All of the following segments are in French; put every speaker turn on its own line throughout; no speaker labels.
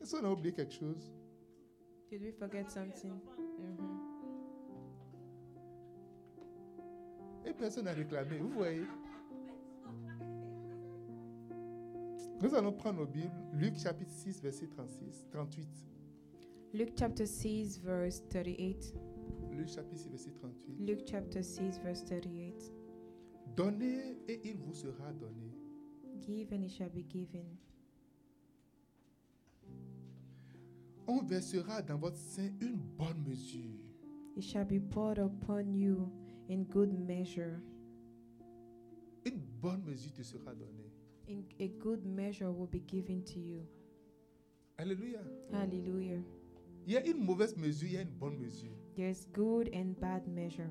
Est-ce qu'on a oublié quelque chose?
Did we forget something? Mhm.
Et personne n'a réclamé, vous voyez. Nous allons prendre nos Bibles, Luc chapitre 6, verset 36, 38.
Luke chapter 6, verse 38.
Luc chapitre 6, verset 38.
Luke chapter 6, verse 38.
Donnez et il vous sera donné.
Give and it shall be given.
On versera dans votre sein une bonne mesure,
It shall be poured upon you in good measure.
une bonne mesure te sera donnée.
In a good measure will be given to you.
Alléluia.
Hallelujah.
Il y a une mauvaise mesure, il y a une bonne mesure.
There's good and bad measure.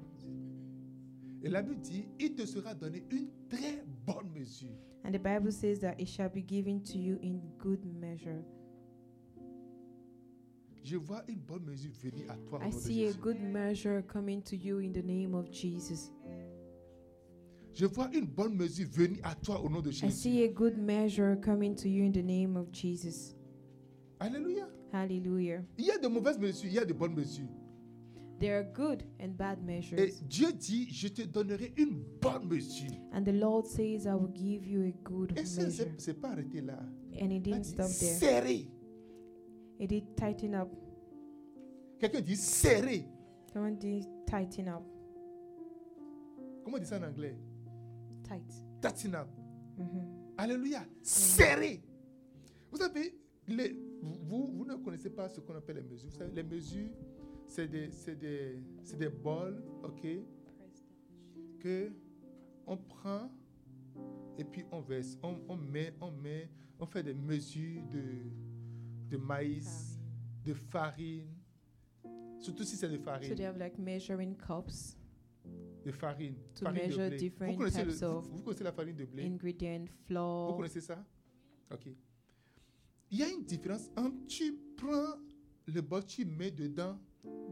Et la Bible dit, il te sera donné une très bonne mesure.
And the Bible says that it shall be given to you in good measure.
Je vois une bonne mesure venir à toi. au
I
nom de
see a
Jésus.
good measure coming to you in the name of Jesus.
Je vois une bonne mesure venir à toi au nom de
I
Jésus.
see a good measure coming to you in the name of Jesus.
Alléluia.
Hallelujah.
Il y a de mauvaises mesures, il y a de bonnes mesures.
There are good and bad
Et
measures.
Dieu dit, je te donnerai une bonne mesure.
And the Lord says, I will give you a good
Et ça,
measure.
c'est c'est pas arrêté là.
And it
Il a
didn't
dit,
stop there.
serré.
It did tighten up.
Quelqu'un dit serré.
Someone did tighten up.
Comment on dit ça en anglais?
Tight.
Tatina.
Mhm.
Alléluia. Serré. Vous savez, les- vous, vous ne connaissez pas ce qu'on appelle les mesures. Vous savez, les mesures, c'est des, c'est des, c'est des bols, ok, que on prend et puis on verse. On, on met, on met, on fait des mesures de, de maïs, de farine. Surtout si c'est de
So they
farine.
have like measuring cups,
De farine.
To
farine de
measure
blé.
different
Vous connaissez, le-
types of
vous- vous connaissez la farine de blé?
ingredient,
Vous
flour.
connaissez ça Ok. Il y a une différence entre tu prends le bol, tu mets dedans.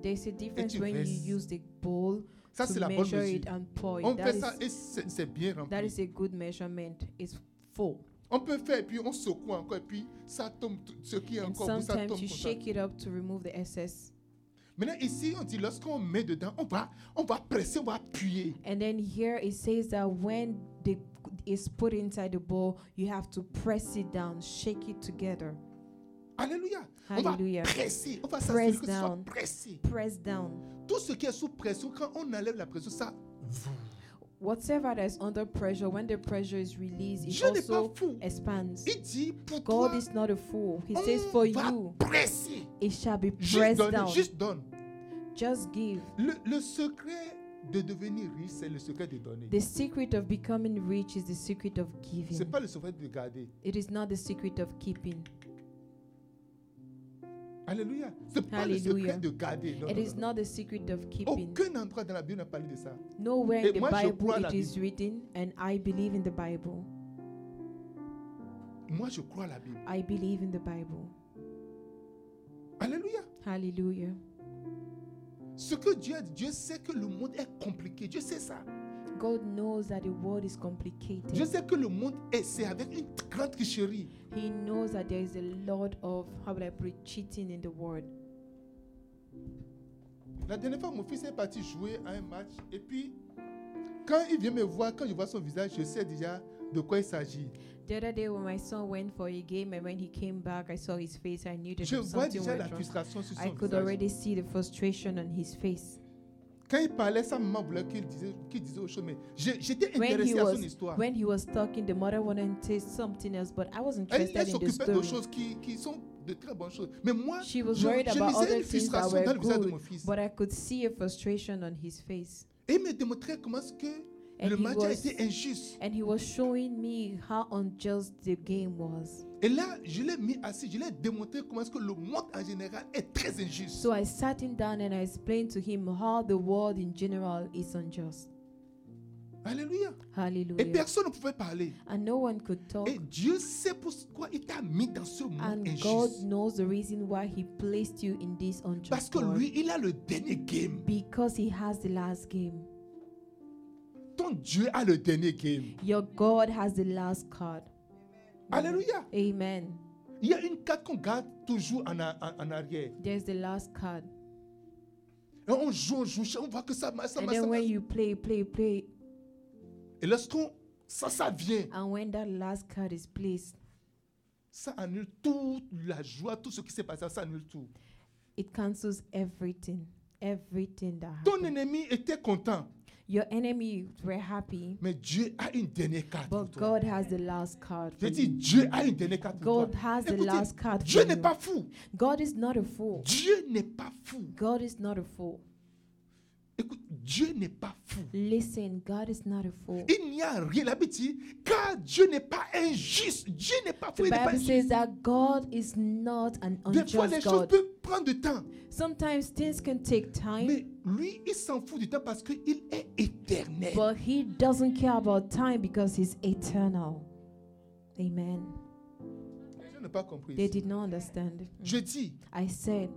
There's a difference
tu
when you
verses.
use the bowl
Ça, c'est
to
la bonne
measure it
mesure.
Oh, and pour
On
it. That
fait ça
is,
et c'est c'est bien
that
rempli.
is a good measurement. It's full.
On peut faire et puis on secoue encore et puis ça tombe, tout- ce qui est
And
encore, bout, ça tombe
sometimes you
comme ça.
shake it up to remove the excess.
Maintenant, ici, on dit lorsqu'on met dedans, on va, on va presser, on va appuyer.
And then here it says that when the is put inside the bowl, you have to press it down, shake it together.
Alléluia. On
Hallelujah.
va presser, on va s'assurer
Press
que ce soit
down.
pressé.
Press down.
Tout ce qui est sous pression, quand on enlève la pression, ça.
Whatever that is under pressure, when the pressure is released, it
Dieu n'est pas
also
fou.
expands.
Il dit pour
God
toi,
is not a fool. He
on
says, For
va
you,
presser.
it shall be
Juste
pressed
donne,
down.
juste donne.
Just give.
Le, le secret de devenir riche, c'est le secret de donner.
The secret of becoming rich is the secret of
C'est
giving.
pas le secret de garder.
It is not the secret of keeping.
Alléluia. C'est pas le
Alléluia.
secret de garder. Non,
It
non,
is
non,
not the secret of
non.
keeping.
Aucun endroit dans la Bible n'a parlé de ça.
Nowhere
Et
in the
moi, je
Bible
crois à la
it is written, and I believe in the Bible.
Moi, je crois à la Bible.
I believe in the Bible.
Alléluia.
Hallelujah.
Ce que Dieu a dit, Dieu sait que le monde est compliqué. Dieu sait ça.
God knows that the world is
Dieu
complicated.
sait que le monde est, c'est avec une grande tricherie.
He knows that there is a lot of how would I put it, cheating in the world.
La dernière fois, mon fils est parti jouer à un match. Et puis, quand il vient me voir, quand je vois son visage, je sais déjà de quoi il s'agit.
The other day when my son went for a game and when he came back, I saw his face. I knew that
Je vois
something
déjà la
was wrong.
frustration sur son
I could
visage.
already see the frustration on his face.
Quand il parlait, sa maman voulait qu'il disait, qu'il disait autre chose, mais j'ai- j'étais
When he
intéressé à son
was
histoire.
when he was talking, the mother wanted to say something else, but I was
Elle, elle
interested in the
s'occupait de
story.
choses qui, qui sont de très bonnes choses. Mais moi, je,
She
je
was worried about
lisais
other
une
things that
frustration dans
were
le visage de
good,
mon fils.
but I could see a frustration on his face.
Et il me démontrait comment est-ce que
And
le
he
match a
was-
été injuste.
And he was showing me how unjust the game was.
Et là, je l'ai mis assis, je l'ai démontré comment est-ce que le monde en général est très injuste.
So I sat him down and I explained to him how the world in general is unjust.
Alléluia. Et
Hallelujah.
personne ne pouvait parler.
And no one could talk.
Et Dieu sait pourquoi il t'a mis dans ce monde
And God
injuste.
knows the reason why he placed you in this
Parce
unjust
que
world.
lui, il a le dernier game.
Because he has the last game.
Ton Dieu a le
Mm.
dernier game.
Your God has the last card.
Alléluia.
Amen.
Il y a une carte qu'on garde toujours en, a- en- en arrière.
There's the last card.
Et on joue, on joue, on voit que ça marche, ça
And
marche, ça
then when
marche.
you play, play, play,
Et lorsqu'on, ça, ça vient,
and when that last card is placed,
ça annule toute la joie, tout ce qui s'est passé, ça annule tout.
it cancels everything. Everything that
Ton
happened.
ennemi était content,
Your enemy were happy,
mais Dieu a une dernière carte pour
but
toi.
God has the last card.
Je
for
dis,
you.
Dieu a une dernière carte pour
God
toi.
has the
Écoutez,
last card
Dieu
for
n'est
you.
pas fou.
God is not a fool.
Dieu n'est pas fou.
God is not a fool.
Écoute, Dieu n'est pas fou.
Listen, God is not a fool.
Il n'y a rien. La Bible dit, car Dieu n'est pas injuste. Dieu n'est pas fou.
The
Il n'est pas
Bible
injuste.
says that God is not an
Des fois, les
unjust
choses
God.
peuvent prendre du temps.
Sometimes things can take time,
Mais lui, il s'en fout du temps parce qu'il est éternel.
but He doesn't care about time because He's eternal. Amen.
Les gens n'ont pas compris.
They did not understand.
Je dis,
I said,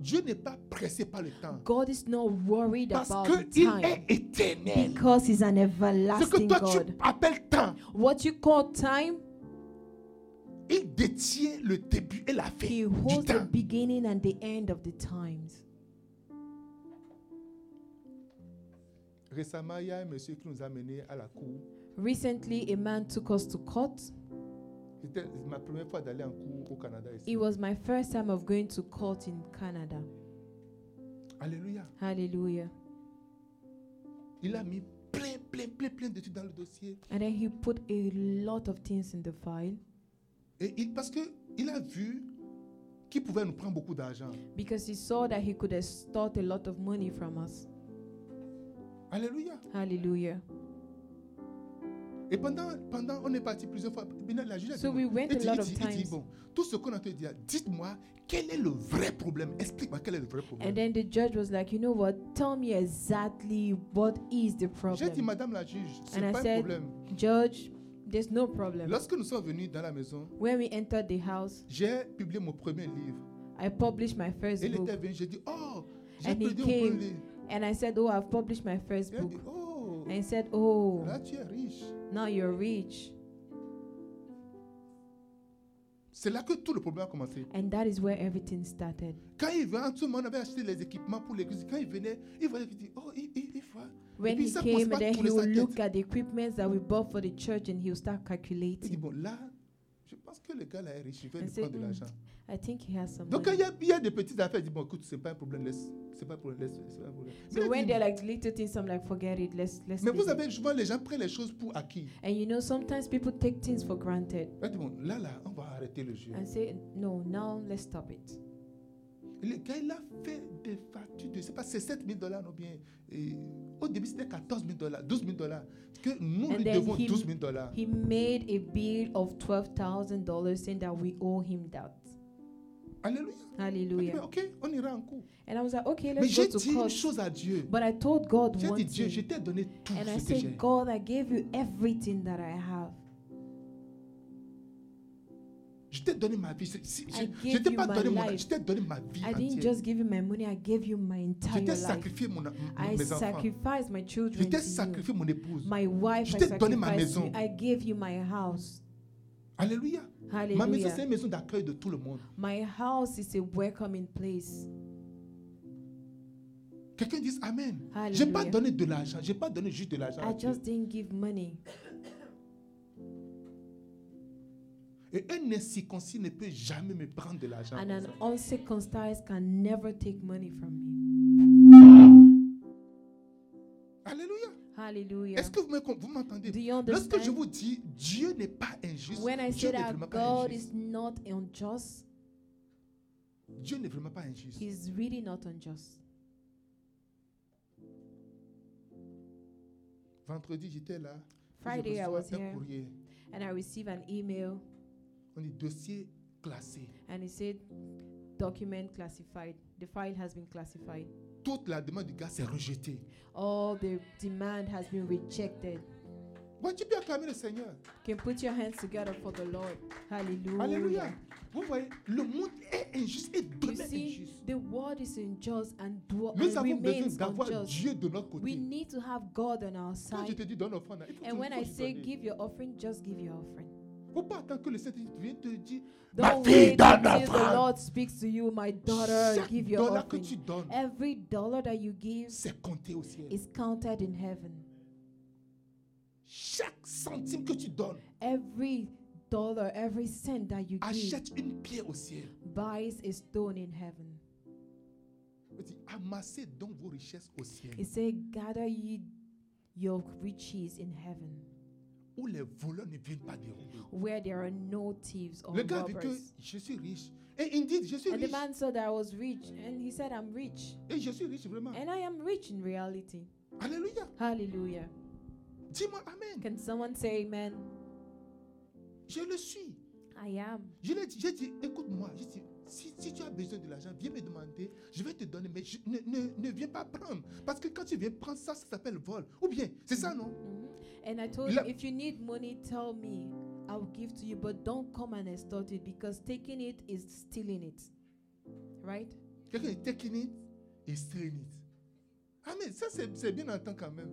Dieu n'est pas pressé par le temps.
God is not worried
Parce
about
qu'il
time
est éternel.
because He's an
Ce que
everlasting
toi
God.
tu appelles temps,
What you call time,
il détient le début et la fin
He
du
holds the
temps.
beginning and the end of the times.
Récemment, il y a un monsieur qui nous a menés à la cour.
Recently, a man took us to court.
C'était ma première fois d'aller en cours au Canada ici.
It was my first time of going to court in Canada.
Alléluia.
Hallelujah.
Il a mis plein, plein, plein, plein d'études dans le dossier.
And then he put a lot of things in the file
Et il, parce qu'il a vu qu'il pouvait nous prendre beaucoup d'argent.
because he saw that he could extort a lot of money from us.
Alléluia.
Hallelujah.
Et pendant, pendant on est parti plusieurs fois. Maintenant, la juge a
So
dit,
we
bon,
went
il
a
dit,
lot
il
of
dit, il dit,
times.
bon, tout ce qu'on a te dit, dites-moi, quel est le vrai problème Explique-moi quel est le vrai
And
problème.
then the judge was like, you know what? Tell me exactly what is the
J'ai dit,
problem.
madame la juge, c'est
And I
pas un
said-
problème.
Judge, there's no problem.
Lorsque nous sommes venus dans la maison,
When we entered the house,
j'ai publié mon premier livre.
I published my first
Il était
book.
venu, j'ai dit, oh, j'ai
And he
publié mon premier
came.
livre.
And I said, oh, I've published my first
Il a dit,
book.
oh,
And he said, oh,
là tu es riche.
now you're rich.
C'est là que tout le problème a commencé.
And that is where everything started.
Quand il venait, tout le monde avait acheté les équipements pour l'église. Quand il venait, il voyait qu'il dit, oh, il, il, il voit. Et
When
puis
he
ça
came,
pose pas
and then
tous les
he will
inquiets.
look at the equipment that we bought for the church and he'll start
Il dit,
calculating.
bon, là, je pense que le gars là est riche, il veut
And
lui
say,
prendre de
"Hmm,
l'argent.
I think he has some
Donc, quand
money.
il y, a, il y a des petites affaires, il dit, bon, écoute, c'est pas un problème, laisse. C'est pas un problème, laisse. c'est pas un problème. Mais,
So
il
when
dit,
they're like little things, I'm like, forget it. Let's let's.
mais
leave
vous
it."
savez, souvent, les gens prennent les choses pour acquis.
And you know, sometimes people take things for granted
Il dit, bon, là, là, on va arrêter le jeu.
and say, no, now let's stop it.
Et Le gars, il a fait des factures de, je sais pas, c'est 7 000 dollars, non bien. Et au début, c'était 14 000 dollars, 12 000 dollars. Que nous,
And
lui
then
devons
he-
12 000 dollars.
He made a bill of twelve thousand dollars, saying that we owe him that.
Alléluia. Il a dit, mais
Hallelujah.
ok, on ira en cours.
And I was like, okay,
Mais
let's
j'ai
go
dit
to
une
court.
chose à Dieu.
But I told God
J'ai dit,
one
Dieu, je
thing,
t'ai donné tout
and I
ce que j'ai.
said, God, I gave you everything that I have.
Je t'ai donné ma vie. C'est- c'est-
I
Je ne
gave
t'ai
you
pas
my
donné mon
life.
Je t'ai donné ma vie
I didn't
entière.
just give you my money, I gave you my
Je
entire
t'ai
life.
sacrifié mon,
I
mes enfants.
sacrificed my
Je
children.
t'ai
to you.
sacrifié mon épouse.
My wife,
Je
I
t'ai donné ma
sacrificed you.
maison.
I gave you my house.
Alléluia. Ma maison, c'est
Hallelujah.
une maison d'accueil de tout le monde.
My house is a welcoming place.
Quelqu'un dit Amen. Je n'ai pas
Hallelujah.
donné de l'argent. Je n'ai pas donné juste de l'argent. à
I
Dieu.
just didn't give money.
Et un inconcis ne peut jamais me prendre de l'argent.
And an uncircumcised can never take money from me.
Alléluia.
Hallelujah.
Est-ce que vous me com- vous m'entendez?
Do you
Lorsque je
understand?
vous dis Dieu n'est pas injuste,
When I
Dieu
say
n'est vraiment
that
pas
God
injuste.
is not unjust,
Dieu n'est vraiment pas injuste.
He's really not unjust.
Vendredi, j'étais là.
Friday,
je
I
reçois
was
un
here
courrier.
and I received an email
On dit dossier classé.
and it said, document classified. The file has been classified.
Toute la demande du gars s'est rejetée.
All the demand has been rejected.
Ouais, tu peux acclamer le Seigneur.
Can put your hands together for the Lord. Hallelujah.
Alléluia. Vous voyez, le monde est injuste et
You
demeure
see,
injuste.
the world is unjust and, dwa-
Nous
and
avons besoin
remains
d'avoir
unjust.
Dieu de notre
We
côté.
need to have God on our
Quand je
side.
te dis donne l'offrande, là, il faut que
And
tu-
when
il faut
I
que tu
say
donnes.
give your offering, just give your offering.
Faut pas attendre que le Saint-Esprit vienne te dire Ma
Don't
fille,
wait
donne
until the
l'offrande.
Lord speaks to you, my daughter,
Chaque
give your
dollar que
offering.
tu donnes,
Every dollar that you give
c'est compté au ciel.
is counted in heaven.
Chaque centime que tu donnes
Every dollar, every cent that you give
achète une pierre au ciel.
buys a stone in heaven.
Il dit, Amassez donc vos richesses au ciel,
It says, Gather ye your riches in heaven,
où les voleurs ne viennent pas dérober.
where there are no thieves or
Le gars dit que
robbers.
je suis riche. Et il dit, je suis
And the
riche.
man saw that I was rich, and he said, I'm rich.
Et je suis riche vraiment.
And I am rich in reality.
Alléluia.
Hallelujah.
Dis-moi, Amen.
Can someone say amen?
Je le suis.
I am.
Je l'ai dit, j'ai dit, écoute-moi, j'ai dit, si, si tu as besoin de l'argent, viens me demander, je vais te donner, mais je- ne, ne, ne viens pas prendre. Parce que quand tu viens prendre ça, ça s'appelle vol. Ou bien, c'est ça, non
Mhm. And I told
La-
him, if you need money, tell me. I'll give to you, but don't come and extort it because taking it is stealing it. Right?
Quelqu'un est taking it, is stealing it. Amen. Ça, c'est c'est bien entend quand même.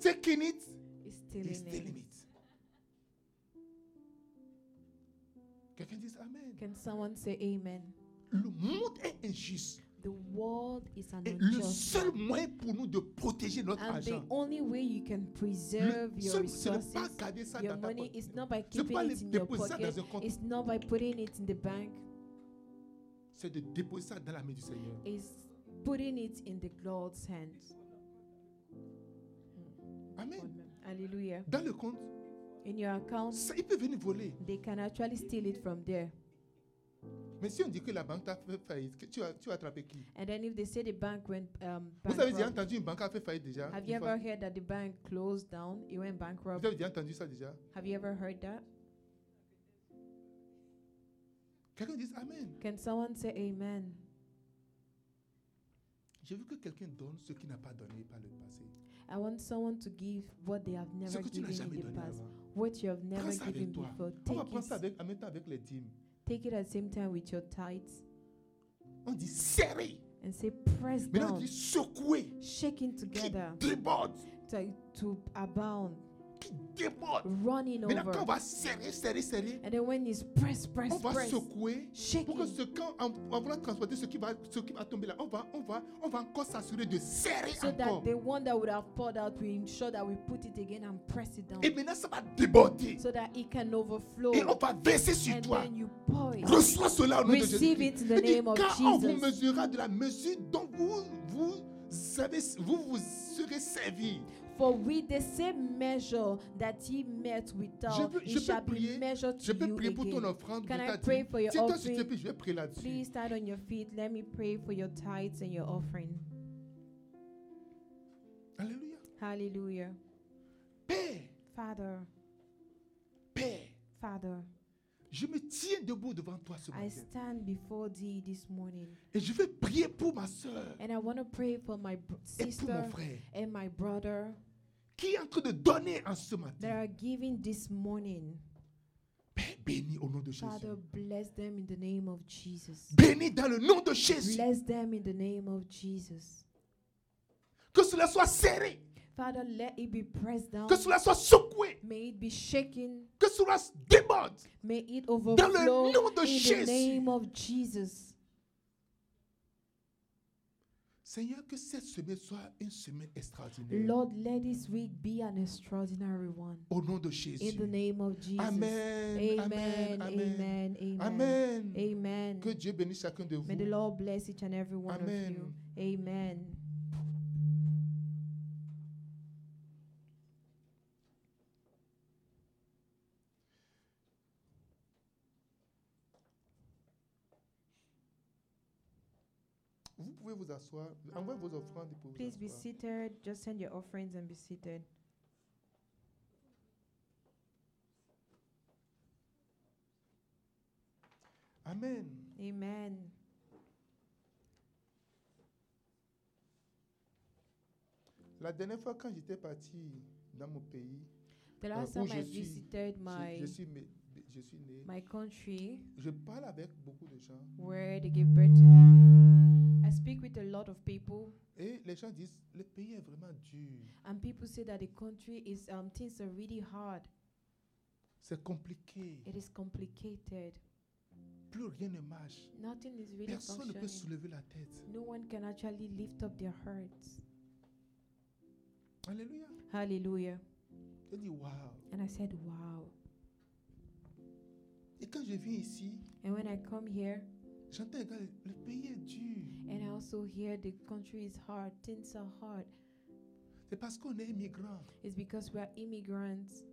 taking it,
It's stealing,
is stealing
it.
it. Quelqu'un dit Amen.
Can someone say amen?
Le monde est injuste.
The world is an
Et Eh, le
unjust
seul
one.
moyen pour nous de protéger notre
And the
argent,
only way you can preserve
le
your
seul, c'est de
resources,
pas garder ça
your
dans ta
money,
poche.
is not by
C'est
keeping
pas de
it in your
déposer ça
pocket,
dans un compte,
it's not by putting it in the bank,
c'est de déposer ça dans la main du Seigneur.
it's putting it in the Lord's hands.
Amen.
Hallelujah.
Dans le compte,
In your account,
ça, il peut venir voler.
they can actually steal it from there.
Mais si on dit que la banque t'a fait faillite, que tu as, tu as attrapé qui
And then if they say the bank went um,
Vous avez déjà
bankrupt,
entendu une banque a fait faillite déjà
have
une
you
fois?
ever heard that the bank closed down? It went
Vous
bankrupt.
avez déjà entendu ça déjà
Have you ever heard that?
Quelqu'un dit Amen.
Can someone say amen?
J'ai vu que quelqu'un donne ce qu'il n'a pas donné par le passé.
I want someone to give what they have
ce
never
que tu n'as
given
jamais
in
donné
the past,
avant.
what you have never
Prends ça
given
avec toi.
before.
On va
Take
prendre ça
it.
avec, en même temps avec les dîmes.
Take it at the same time with your tithes
On dit serrer.
and say, press
Maintenant, on
down,
dit secouer.
shaking
Qui
together
déborde.
to, to abound,
Qui déborde.
running
Maintenant, quand on
over.
va serrer, serrer, serrer,
And then when it's press, press,
on va
press,
secouer. Pour que
shaking,
ce quand on, on va transporter ce qui va, ce qui va tomber là, on va, on va, on va encore s'assurer de serrer
so
encore.
that the one that would have poured out, we ensure that we put it again and press it down,
Et maintenant, ça va déborder.
so that it can overflow.
Et on va verser sur
And
toi.
then you pour it.
Reçois cela au nom de Jésus.
Receive it in the name of
Quand on vous
Jesus.
mesurera de la mesure dont vous vous avez, vous vous serez servi.
For with the same measure that ye met
Je
without,
peux- je
it shall
peux prier-
be measured to
Je peux
you
prier pour ton
again.
offrande.
Can
pour
I
ta
pray
dîme.
for your
Tiens-toi sur
offering?
tes pieds, je vais prier là-dessus.
Please stand on your feet. Let me pray for your tithes and your offering.
Alléluia.
Hallelujah.
Père,
Father,
Père,
Father,
je me tiens debout devant toi ce
I
matin.
stand before thee this morning
Et je vais prier pour ma soeur
and I want to pray for my br-
et pour mon
sister
frère
and my brother
qui est en train de donner en ce
that
matin.
are giving this morning.
Père, bénis au nom de Jésus.
Father, bless them in the name of Jesus.
Bénis dans le nom de Jésus.
Bless them in the name of Jesus.
Que cela soit serré.
Father, let it be pressed down.
Que cela soit secoué.
May it be shaken.
Que cela se déborde.
May it overflow
nom de
in
Jésus.
the name of Jesus.
Seigneur, que cette semaine soit une semaine extraordinaire.
Lord, let this week be an extraordinary one.
Au nom de Jésus.
In the name of Jesus.
Amen, amen,
Amen. Amen.
amen.
Amen.
Amen.
Amen.
Que Dieu bénisse chacun de vous.
May the Lord bless each and every one of you.
Amen.
Amen.
Vous pouvez vous asseoir. Envoyez vos offrandes pour vous
Please be
asseoir.
seated. Just send your offerings and be seated.
Amen.
Amen.
La dernière fois quand j'étais parti dans mon pays,
The last
où
time I
je suis-
visited
je-
my
je, suis, né- je suis né.
my country
Je parle avec beaucoup de gens.
where they gave birth to me, I I speak with a lot of people,
Et les gens disent, le pays est vraiment dur.
and people say that the country is um, things are really hard.
C'est compliqué.
It is complicated.
Plus rien ne marche.
Nothing is really
Personne ne peut
functioning.
soulever la tête.
No one can actually lift up their hearts.
Alléluia.
Hallelujah.
Je dis, waouh.
And I said, wow.
Et quand je viens ici,
And when I come here,
j'entends les gars, le pays est dur.
and I also hear the country is hard, things are hard.
C'est parce qu'on est immigrant.
It's because we are immigrants.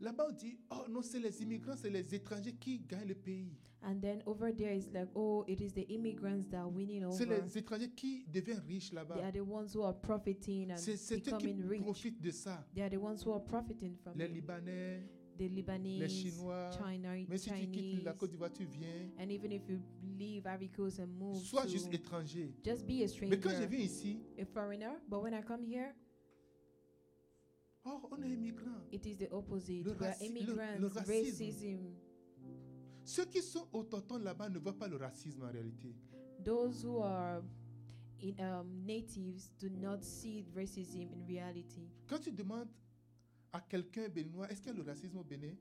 Là-bas, on dit, oh non, c'est les immigrants, c'est les étrangers qui gagnent le pays.
And then over there, it's like, oh, it is the immigrants that are winning
C'est
over.
les étrangers qui deviennent riches
They
là-bas.
are the ones who are profiting
C'est
and
c'est eux qui
becoming rich.
profitent de ça.
They are the ones who are profiting from
Les
it.
Libanais,
the Lebanese,
les Chinois.
China,
Mais si tu quittes
Chinese,
la Côte d'Ivoire, tu viens.
and even if you leave Avicos and move,
Sois
to-
juste étranger.
just be a
Mais quand je
stranger,
viens ici,
a foreigner. But when I come here,
oh, on est immigrant.
it is the opposite.
Le
We are
raci- le- le
immigrants,
racisme.
racism.
Ceux qui sont autochtones là-bas ne voient pas le racisme en réalité.
Those who are in, um, natives do not see racism in reality.
Quand tu demandes à quelqu'un béninois, est-ce qu'il y a le racisme au Bénin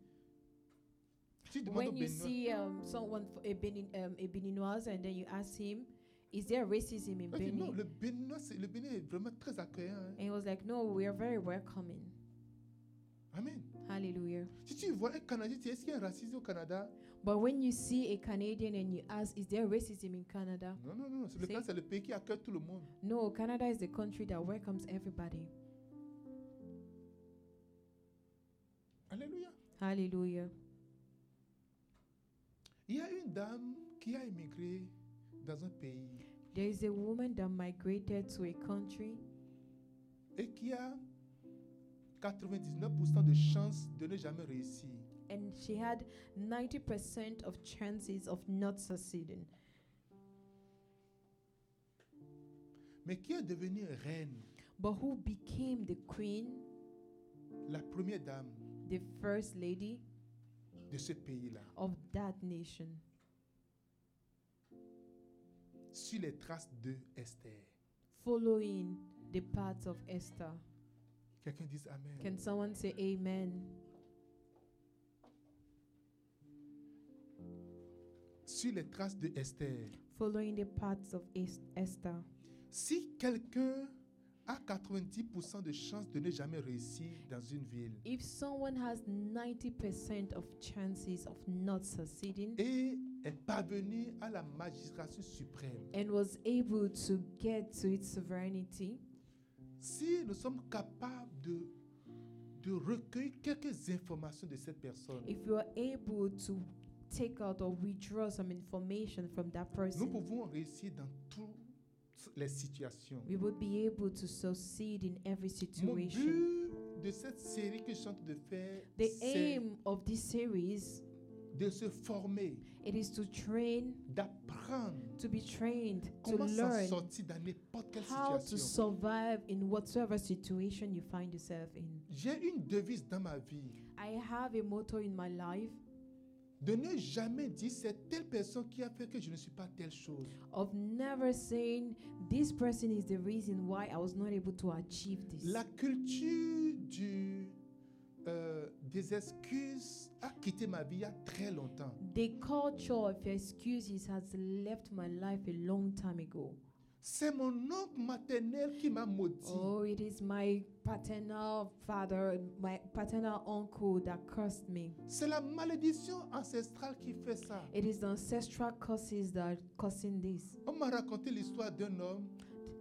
Tu demandes au
When you
Béninois.
see um, someone f- a Benin, um, a Beninoise and then you ask him, is there racism in
il dit, non,
Benin?
le Béninois, c'est- le Bénin est vraiment très accueillant. hein.
And he was like, no, we are very welcoming.
Amen.
Hallelujah.
Si tu vois un Canadien, tu dis, est-ce qu'il y a un racisme au Canada
But when you see a Canadian and you ask, is there racism in Canada?
Non, non, non. c'est Le
Si.
Canada, c'est le pays qui accueille tout le monde.
No, Canada is the country that welcomes everybody.
Alléluia.
Hallelujah.
Il y a une dame qui a immigré dans un pays
There is a woman that migrated to a country
et qui a 99% de chances de ne jamais réussir.
and she had 90% of chances of not succeeding,
mais qui est devenue reine,
but who became the queen,
la première dame
the first lady
de ce pays-là,
of that nation
sur les traces de Esther.
following the path of Esther.
Quelqu'un dise Amen.
Can someone say amen?
Sur les traces de Esther.
Following the paths of Es- Esther.
Si quelqu'un a 90% de chances de ne jamais réussir dans une ville
If someone has 90% of chances of not succeeding
et est parvenu à la magistrature suprême,
and was able to get to its sovereignty,
si nous sommes capables de, de recueillir quelques informations de cette personne,
if you are able to take out or withdraw some information from that
nous
person,
pouvons réussir dans toutes les situations.
we would be able to succeed in every
Mon
situation.
but de cette série que je suis en train de faire,
The
c'est
aim of this series
de se former,
it is to train,
d'apprendre
to be trained, to
comment s'en
learn
sortir dans n'importe quelle
how
situation.
to survive in whatsoever situation you find yourself in.
J'ai une devise dans ma vie
I have a motto in my life
de ne jamais dire c'est telle personne qui a fait que je ne suis pas telle chose.
of never saying this person is the reason why I was not able to achieve this.
La culture du, euh, des excuses a quitté ma vie il y a très longtemps.
the culture of excuses has left my life a long time ago.
C'est mon oncle maternel qui m'a maudit.
Oh, it is my paternal father, my paternal uncle that cursed me.
C'est la malédiction ancestrale qui fait ça.
It is the ancestral curses that are causing this.
On m'a raconté l'histoire d'un homme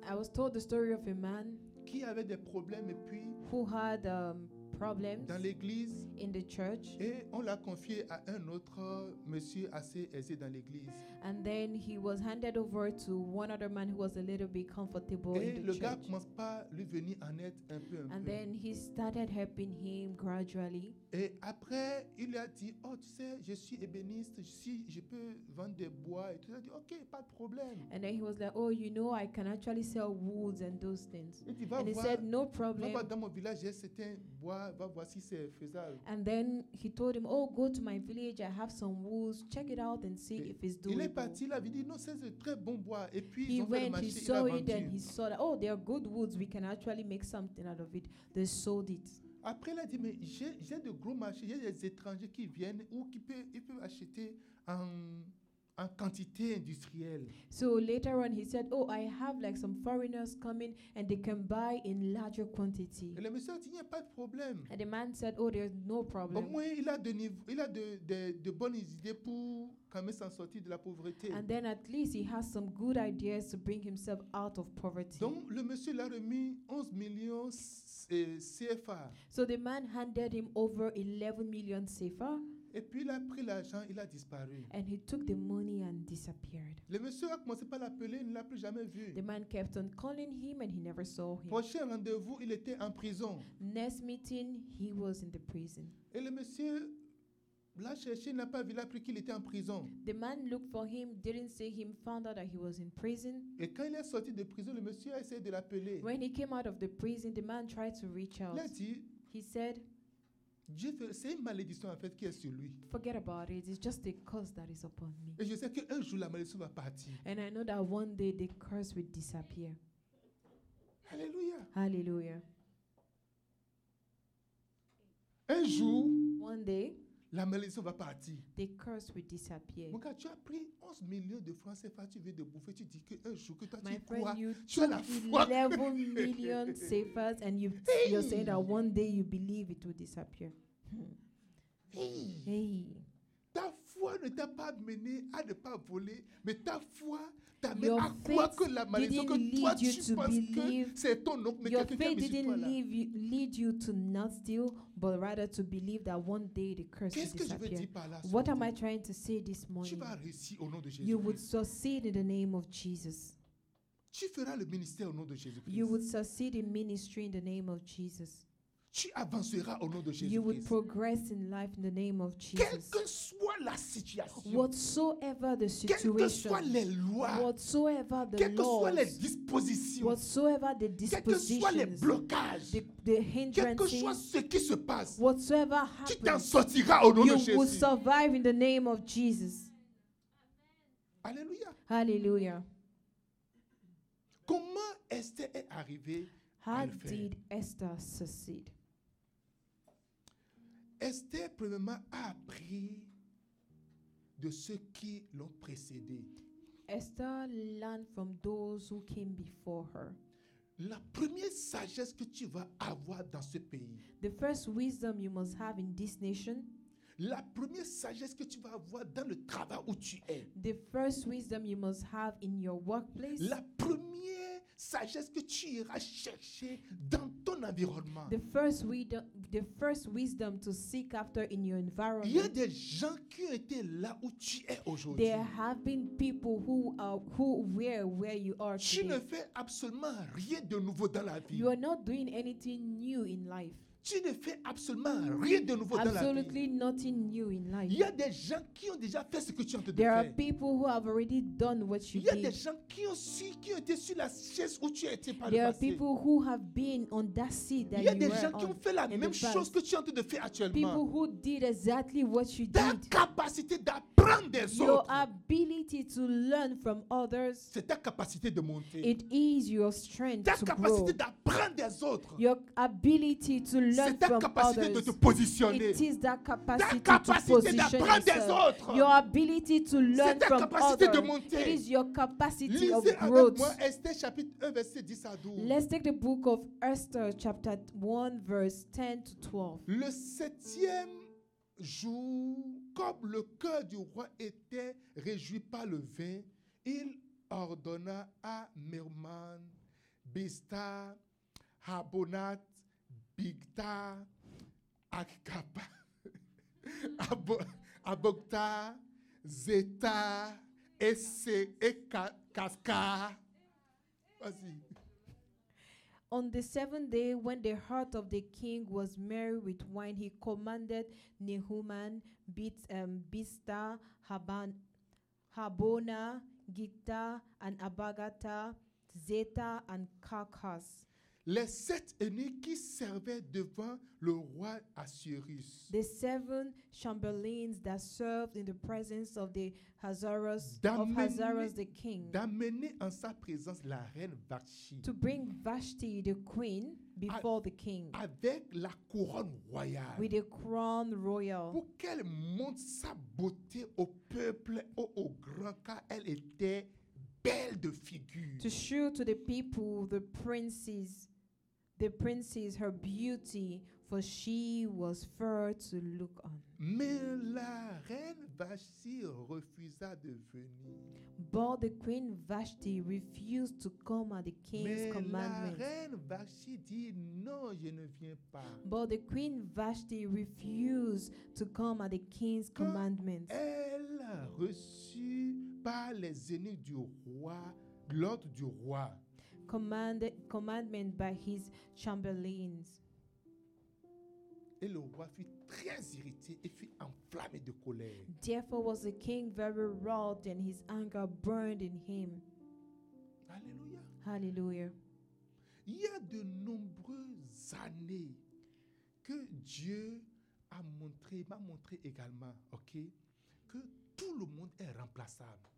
I was told the story of a man
qui avait des problèmes et puis
who had um, problems
dans l'église
in the church,
et on l'a confié à un autre euh, monsieur assez aisé dans l'église.
and then he was handed over to one other man who was a little bit comfortable
Et
Oh, in the
le
church.
gars commence pas à lui venir en aide un peu un
And
peu.
then he started helping him gradually.
Et après, il lui a dit, oh tu sais, je suis ébéniste, je, suis- je peux vendre des bois et tout. Il a dit, ok, pas de problème.
And then he was like, Oh, you know, I can actually sell woods and those things.
Il dit, va
And he
voir,
said,
va
No
voir
problem.
dans mon village, j'ai certains bois, là-bas, va voir si c'est faisable.
And then he told him, Oh, go to my village. I have some wools. Check it out and see
Et
if it's
Il est
doable.
parti là, il dit non, c'est de très bon bois. Et puis
He
ils ont fait le
went, he
marché, il a
saw it, and
vendu.
he saw that, oh, they are good woods. We can actually make something out of it. They sold it.
Après, il a dit mais j'ai j'ai de gros marchés, il y a des étrangers qui viennent ou qui peuvent, ils peuvent acheter en, en quantité industrielle.
So later on, he said, Oh, I have like some foreigners coming and they can buy in larger quantity.
Et le monsieur a dit il n'y a pas de problème.
And the man said, Oh, there's no
Au
problem.
moins, il a, de, nive- il a de, de- de bonnes idées pour quand même s'en sortir de la pauvreté.
And then at least he has some good ideas to bring himself out of poverty.
Donc, le monsieur l'a remis 11 millions euh, CFA.
So the man handed him over 11 million sefer
Et puis, il a pris l'argent, il a disparu.
and he took the money and disappeared.
Le monsieur a commencé par l'appeler, il ne l'a plus jamais vu.
The man kept on calling him and he never saw him.
Prochain rendez-vous, il était en prison.
Next meeting, he was in the prison.
Et le monsieur l'a cherché, il n'a pas vu, il a appris qu'il était en prison.
The man looked for him, didn't see him, found out that he was in prison.
Et quand il est sorti de prison, le monsieur a essayé de l'appeler.
When he came out of the prison, the man tried to reach out.
Il a dit,
He said,
Dieu, fait- c'est une malédiction en fait qui est sur lui.
Forget about it, it's just a curse that is upon me.
Et je sais qu'un jour, la malédiction va partir.
And I know that one day the curse will disappear.
Alléluia.
Hallelujah.
Un jour,
One day
la malédiction va partir.
the curse will disappear.
Mon gars, tu as pris 11 millions de francs CFA, tu viens de bouffer, tu dis qu'un jour que toi
My
tu crois.
friend, you
tu as
took
la foi.
11 million savers and you, you're saying that one day you believe it will disappear.
Hey,
Hey,
ta foi ne t'a pas mené à ne pas voler, mais ta foi t'a mené
Your
à croire
faith
que la malédiction
didn't
que toi
lead you
tu
to
penses
believe.
que c'est ton oncle, mais
your
quelqu'un qui a
faith
mis sur toi
didn't
là.
leave you, lead you to not steal, but rather to believe that one day the curse will
Qu'est-ce que je veux
disappear.
dire par là ce
What am I
matin?
trying to say this
Tu
morning?
vas réussir au nom de Jésus.
You would succeed in the name of Jesus.
Tu feras le ministère au nom de Jésus.
You would succeed in ministry in the name of Jesus.
Tu avanceras au nom de Jésus.
You would progress in life in the name of
Quelle
Jesus.
que soit la situation,
Whatsoever the
quelles que soient les
situation,
lois,
whatsoever the
quelles que soient les
laws,
dispositions,
whatsoever the
quels que soient les
dispositions,
blocages,
the, the
quel que soit
hindrances,
ce qui se passe,
whatsoever
tu t'en
happens,
sortiras au nom de
you will
Jésus.
survive in the name of Jesus.
Alléluia.
Hallelujah.
Comment Esther est arrivée
How
I'll fail.
did Esther succeed?
Esther, premièrement, a appris de ceux qui l'ont précédée.
Esther learned from those who came before her.
La première sagesse que tu vas avoir dans ce pays,
The first wisdom you must have in this nation,
la première sagesse que tu vas avoir dans le travail où tu es,
the first wisdom you must have in your workplace,
la première sagesse que tu iras chercher dans ton environnement.
the first wisdom, the first wisdom to seek after in your
Il y a
environment.
des gens qui ont été là où tu es aujourd'hui.
There have been people who are who were where you are
Tu ne
today.
fais absolument rien de nouveau dans la vie.
You are not doing anything new in life.
Tu ne fais absolument rien de nouveau dans la vie.
Absolutely nothing new in life.
Il y a des gens qui ont déjà fait ce que tu es en train de
There are
faire.
people who have already done what
Il
you
y a des
did.
gens qui ont su, qui ont été sur la chaise où tu étais par le
There are
passé.
people who have been on that seat that
Il y a
you
des gens
were
qui ont
on.
fait la
in the
même
past.
chose que tu es en train de faire actuellement.
People who did exactly what you
Ta
did.
capacité d'apprendre des
Your
autres,
ability to learn from others,
c'est ta capacité de monter.
it is your strength
Ta
to grow.
capacité d'apprendre des autres,
Your ability to learn
c'est ta
from
capacité de
others.
te positionner.
It is that capacity,
capacité
to position
d'apprendre des
yourself.
autres.
Your ability to learn
ta
from
capacité de
others.
monter.
It is your capacity of
Lisez avec
growth.
moi Esther chapitre 1 verset 10 à 12.
Let's take the book of Esther, chapter 1, verse 10 to 12.
Le septième jour, comme le cœur du roi était réjoui par le vin, il ordonna à Merman, Bista, Habonat, Bigta, Akapa, Abo- Abokta, Zeta, Esse, Eka- Kaska. Vas-y.
On the seventh day, when the heart of the king was merry with wine, he commanded Nehuman, Bit, um, Bista, Haban, Habona, Gita, and Abagata, Zeta, and Karkas
les sept eunuques qui servaient devant le roi Assyrus,
The seven chamberlains that served in the presence of the Hazaros of
D'amener-
Hazaros the king
d'amener en sa présence la reine Vachti
to bring Vashti the queen before the king
avec la couronne royale
with a crown royal
pour qu'elle montre sa beauté au peuple, au, au grand, car elle était belle de figure.
to show to the people the princess the princess her beauty for she was fair to look on
Mais la reine Vachti refusa de venir.
but the queen Vashti refused to come at the
Mais
king's
la
commandment
reine Vachti dit non, je ne viens pas.
But the queen Vashti refused to come at the king's
Quand
commandments.
Elle reçut par les eunuques du roi l'ordre du roi.
Commanded, commandment by his chamberlains.
Et le roi fut très irrité et fut enflammé de colère.
Therefore was the king very wroth, and his anger burned in him.
Alléluia.
Hallelujah.
Il y a de nombreuses années que Dieu a montré, m'a montré également, ok, que tout le monde est remplaçable.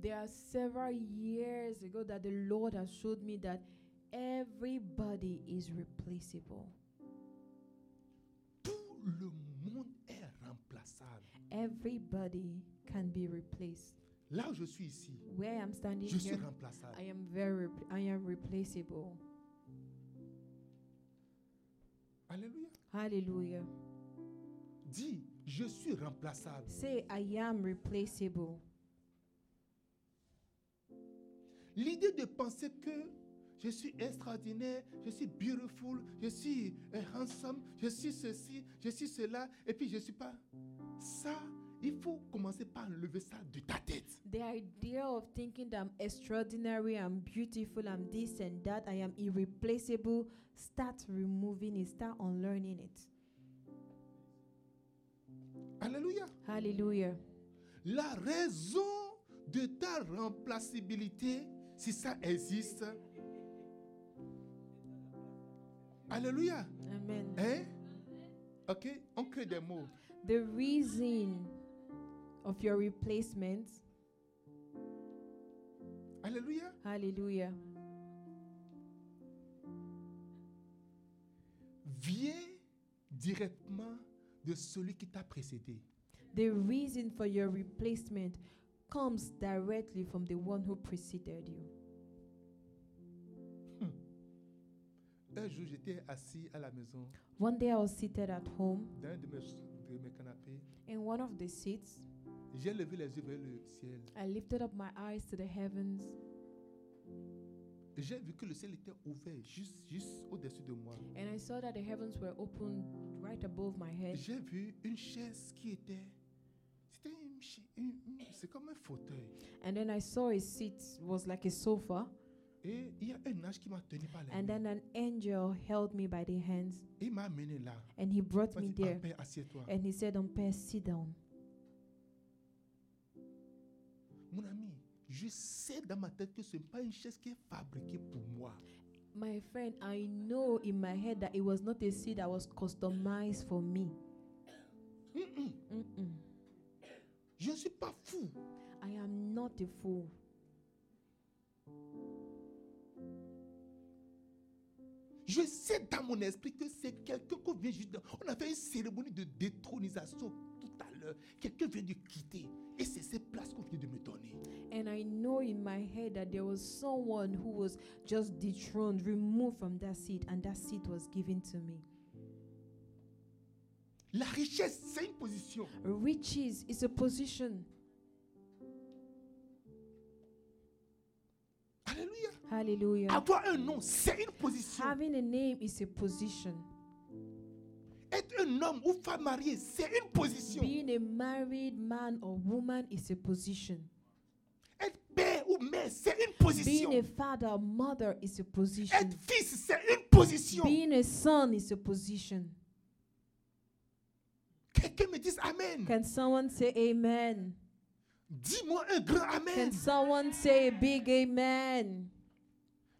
There are several years ago that the Lord has showed me that everybody is replaceable.
Tout le monde est remplaçable.
Everybody can be replaced.
Là où je suis ici,
Where I'm standing
je suis
here,
remplaçable.
I am very, repl- I am replaceable.
Alléluia.
Hallelujah.
Dis, je suis remplaçable.
Say, I am replaceable.
L'idée de penser que je suis extraordinaire, je suis beautiful, je suis euh, handsome, je suis ceci, je suis cela, et puis je ne suis pas. Ça, il faut commencer par enlever ça de ta tête.
The idea of thinking that I'm extraordinary, I'm beautiful, I'm this and that, I am irreplaceable, start removing it, start unlearning it.
Alléluia.
Hallelujah.
La raison de ta remplaçabilité, si ça existe. Alléluia.
Amen.
Hein? Ok, on crée des mots.
The reason of your replacement,
Alléluia.
hallelujah,
Viens directement de celui qui t'a précédé.
the reason for your replacement comes directly from the one who preceded you.
Un jour, j'étais assis à la maison,
One day I was seated at home
dans un de mes, de mes canapés.
in one of the seats.
J'ai levé les yeux vers le ciel.
I lifted up my eyes to the heavens
Et J'ai vu que le ciel était ouvert, juste, juste au-dessus de moi.
and I saw that the heavens were open right above my head.
J'ai vu une chaise qui était. C'était une. chi- une- une- C'est comme un fauteuil.
And then I saw a seat was like a sofa,
Et il y a un ange qui m'a tenu par la main.
and then an angel held me by the hands,
Il m'a amené là.
and he brought
Il m'a
me
dit,
there,
Ampère, assieds-toi.
and he said, "Umpire, sit down."
Mon ami, je sais dans ma tête que ce n'est pas une chaise qui est fabriquée pour moi.
My friend, I know in my head that it was not a seat that was customized for me.
Mm-mm.
Mm-mm.
Je ne suis pas fou.
I am not a fool.
Je sais dans mon esprit que c'est quelqu'un qu'on vient juste. de- On a fait une cérémonie de détronisation tout à l'heure. Quelqu'un vient de quitter. Et c'est cette place qu'on vient de me donner.
And I know in my head that there was someone who was just dethroned, removed from that seat, and that seat was given to me.
La richesse, c'est une position.
Riches is a position.
Alléluia.
Hallelujah.
Avoir un nom, c'est une position.
Having a name is a position.
Être un homme ou femme mariée, c'est une position.
Being a married man or woman is a position.
Être père ou mère, c'est une position.
Being a father or mother is a position.
Être fils, c'est une position.
Being a son is a position.
Quelqu'un me dise Amen.
Can someone say amen?
Dis-moi un grand Amen.
Can someone say a big amen?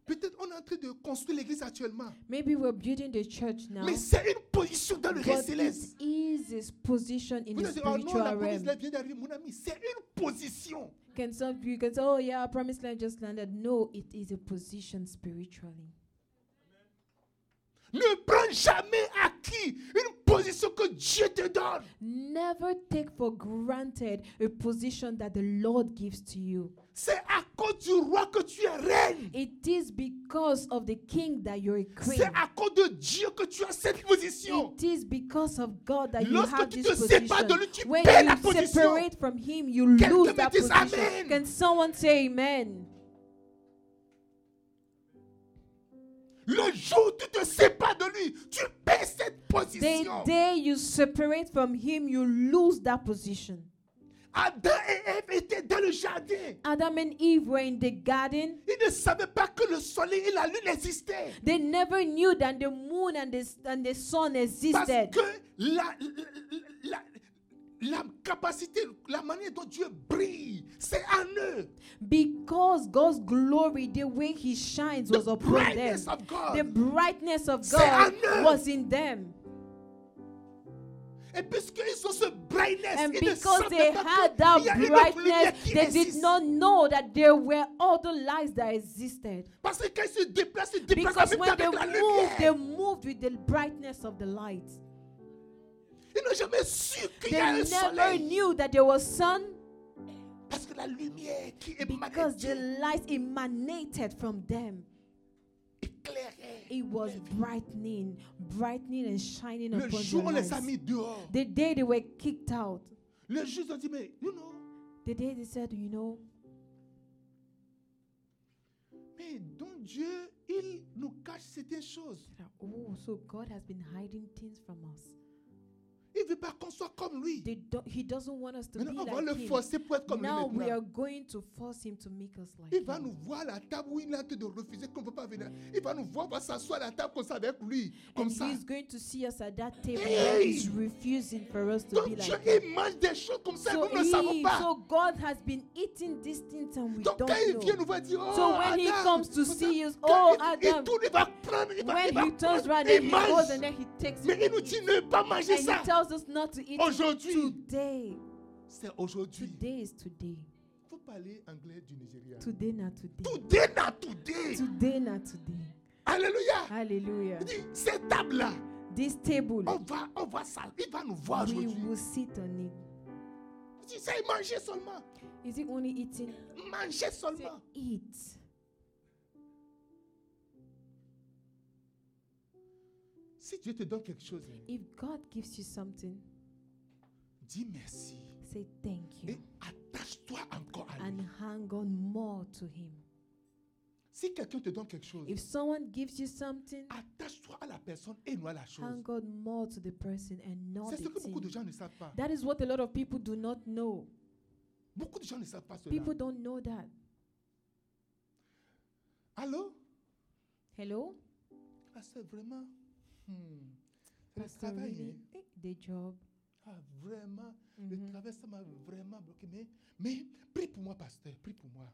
Peut-être on est en train de construire l'église actuellement.
Maybe we're building the church now.
Mais c'est une position dans le
But
règne
it
céleste.
is his position in
Vous
the
allez dire, oh non,
spiritual
la police
realm.
là vient d'arriver. Mon ami, c'est une position.
Can some you can say, Oh yeah, promised land just landed. No, it is a position spiritually.
Ne prends jamais acquis une position que Dieu te donne.
Never take for granted a position that the Lord gives to you.
C'est à cause du roi que tu es reine.
It is because of the king that you're a queen.
C'est à cause de Dieu que tu as cette position.
It is because of God that you
Lorsque
have
tu
this
te sépares
position.
de lui, tu
when
perds la
you
position.
separate from him, you
Quelqu'un
lose
me
that
dise
position.
amen.
Can someone say amen?
Le jour où tu te sépares de lui, tu perds cette
The
position.
day you separate from him, you lose that position.
Adam et Ève étaient dans le jardin.
Adam and Eve were in the garden.
Ils ne savaient pas que le soleil et la lune existaient.
They never knew that the moon and the, s- and the sun
Parce
existed.
que la, la, la- la capacité, la manière dont Dieu brille, c'est en eux.
Because God's glory, the way He shines,
The
was upon them.
brightness of God.
The brightness of
C'est
God
en eux.
was in them.
Et puisqu'ils ont ce brightness,
And
ils ne
because
savaient
they
pas qu'il y
had that
a une lumière
brightness,
qui
they did
existe.
not know that there were other lights that existed.
Parce que quand ils se déplacent, ils se déplacent en
Because
même temps
when they
avec la
moved, they
lumière.
moved with the brightness of the light.
Ils n'ont jamais su qu'il
They
y a un
never
soleil.
knew that there was sun
Parce que la lumière qui émanait
because
de
the
Dieu
light emanated from them.
éclairait.
It was brightening, brightening and shining
Le
upon
jour, on
their
les a
lives.
mis dehors.
The day they were kicked out,
Le jour, ils ont dit, mais non, non.
the day they said, you know,
Mais donc Dieu, il nous cache certaines choses.
that, oh, so God has been hiding things from us.
Il ne veut pas qu'on soit comme lui.
They don't, he doesn't want us to be
Maintenant, on va
like
le
him.
forcer pour être comme lui
Now we
maintenant.
are going to force him to make us like
Il va nous
him.
voir à la table où il est en train de refuser qu'on ne peut pas venir. Il va nous voir, on va s'asseoir à la table comme ça avec lui. Comme
And
ça.
he's going to see us at that table where
Hey!
he's refusing for us to
Donc
be
Dieu,
like him.
il mange des choses comme ça,
So,
nous ne le savons
he-
pas.
so God has been eating these things and we
Donc quand il
don't
vient
know.
nous voir dire, oh,
So when he
Adam,
comes to
vous
see
savez,
us,
quand
oh,
il, il
Adam.
tourne, il va prendre, il va, il
When
va
he turns
prendre,
around
il
and he
mange.
goes and then he takes
Mais
it
il nous
and
dit,
eats.
ne pas manger
and he
ça.
tells us not to eat it
Aujourd'hui.
today.
C'est aujourd'hui.
Today is today.
Faut parler anglais du Nigeria.
Today not today.
Today, not today.
Today not today.
Alléluia.
Hallelujah.
Il dit, cette table-là,
This table,
on va, on va ça. Il va nous voir
we
aujourd'hui.
will sit on it.
Il dit, c'est manger seulement.
Is it only eating?
Manger
Say
seulement.
eat.
Si Dieu te donne quelque chose,
If God gives you something,
dis merci.
say thank you
Et attache-toi encore à lui.
and hang on more to Him.
Si quelqu'un te donne quelque chose,
If someone gives you something,
attache-toi à la personne et non à la chose.
hang on more to the person and not
C'est ce
the
que beaucoup de
thing.
gens ne savent pas.
That is what a lot of people do not know.
Beaucoup de gens ne savent pas cela.
People don't know that.
Allô?
Hello?
Ah, c'est vraiment. hmm, Le
Pastor
travail,
Rene?
hein.
Eh, The job.
Ah, vraiment. Le
Mhm.
travail, ça m'a vraiment bloqué. Mais, mais prie pour moi, pasteur. Prie pour moi.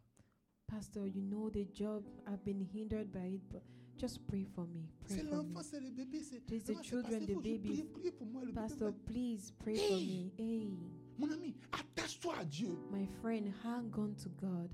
Pastor, you know the job. I've been hindered by it, but just pray for me. Pray
C'est
for me.
l'enfant, c'est le bébé. C'est
Please, the
vraiment, c'est
children,
pasteur,
the
faut que je
baby.
Prie, prie pour moi, le bébé
Pastor,
va-
please pray for me. Hey,
Mon ami, attache-toi à Dieu.
my friend, hang on to God.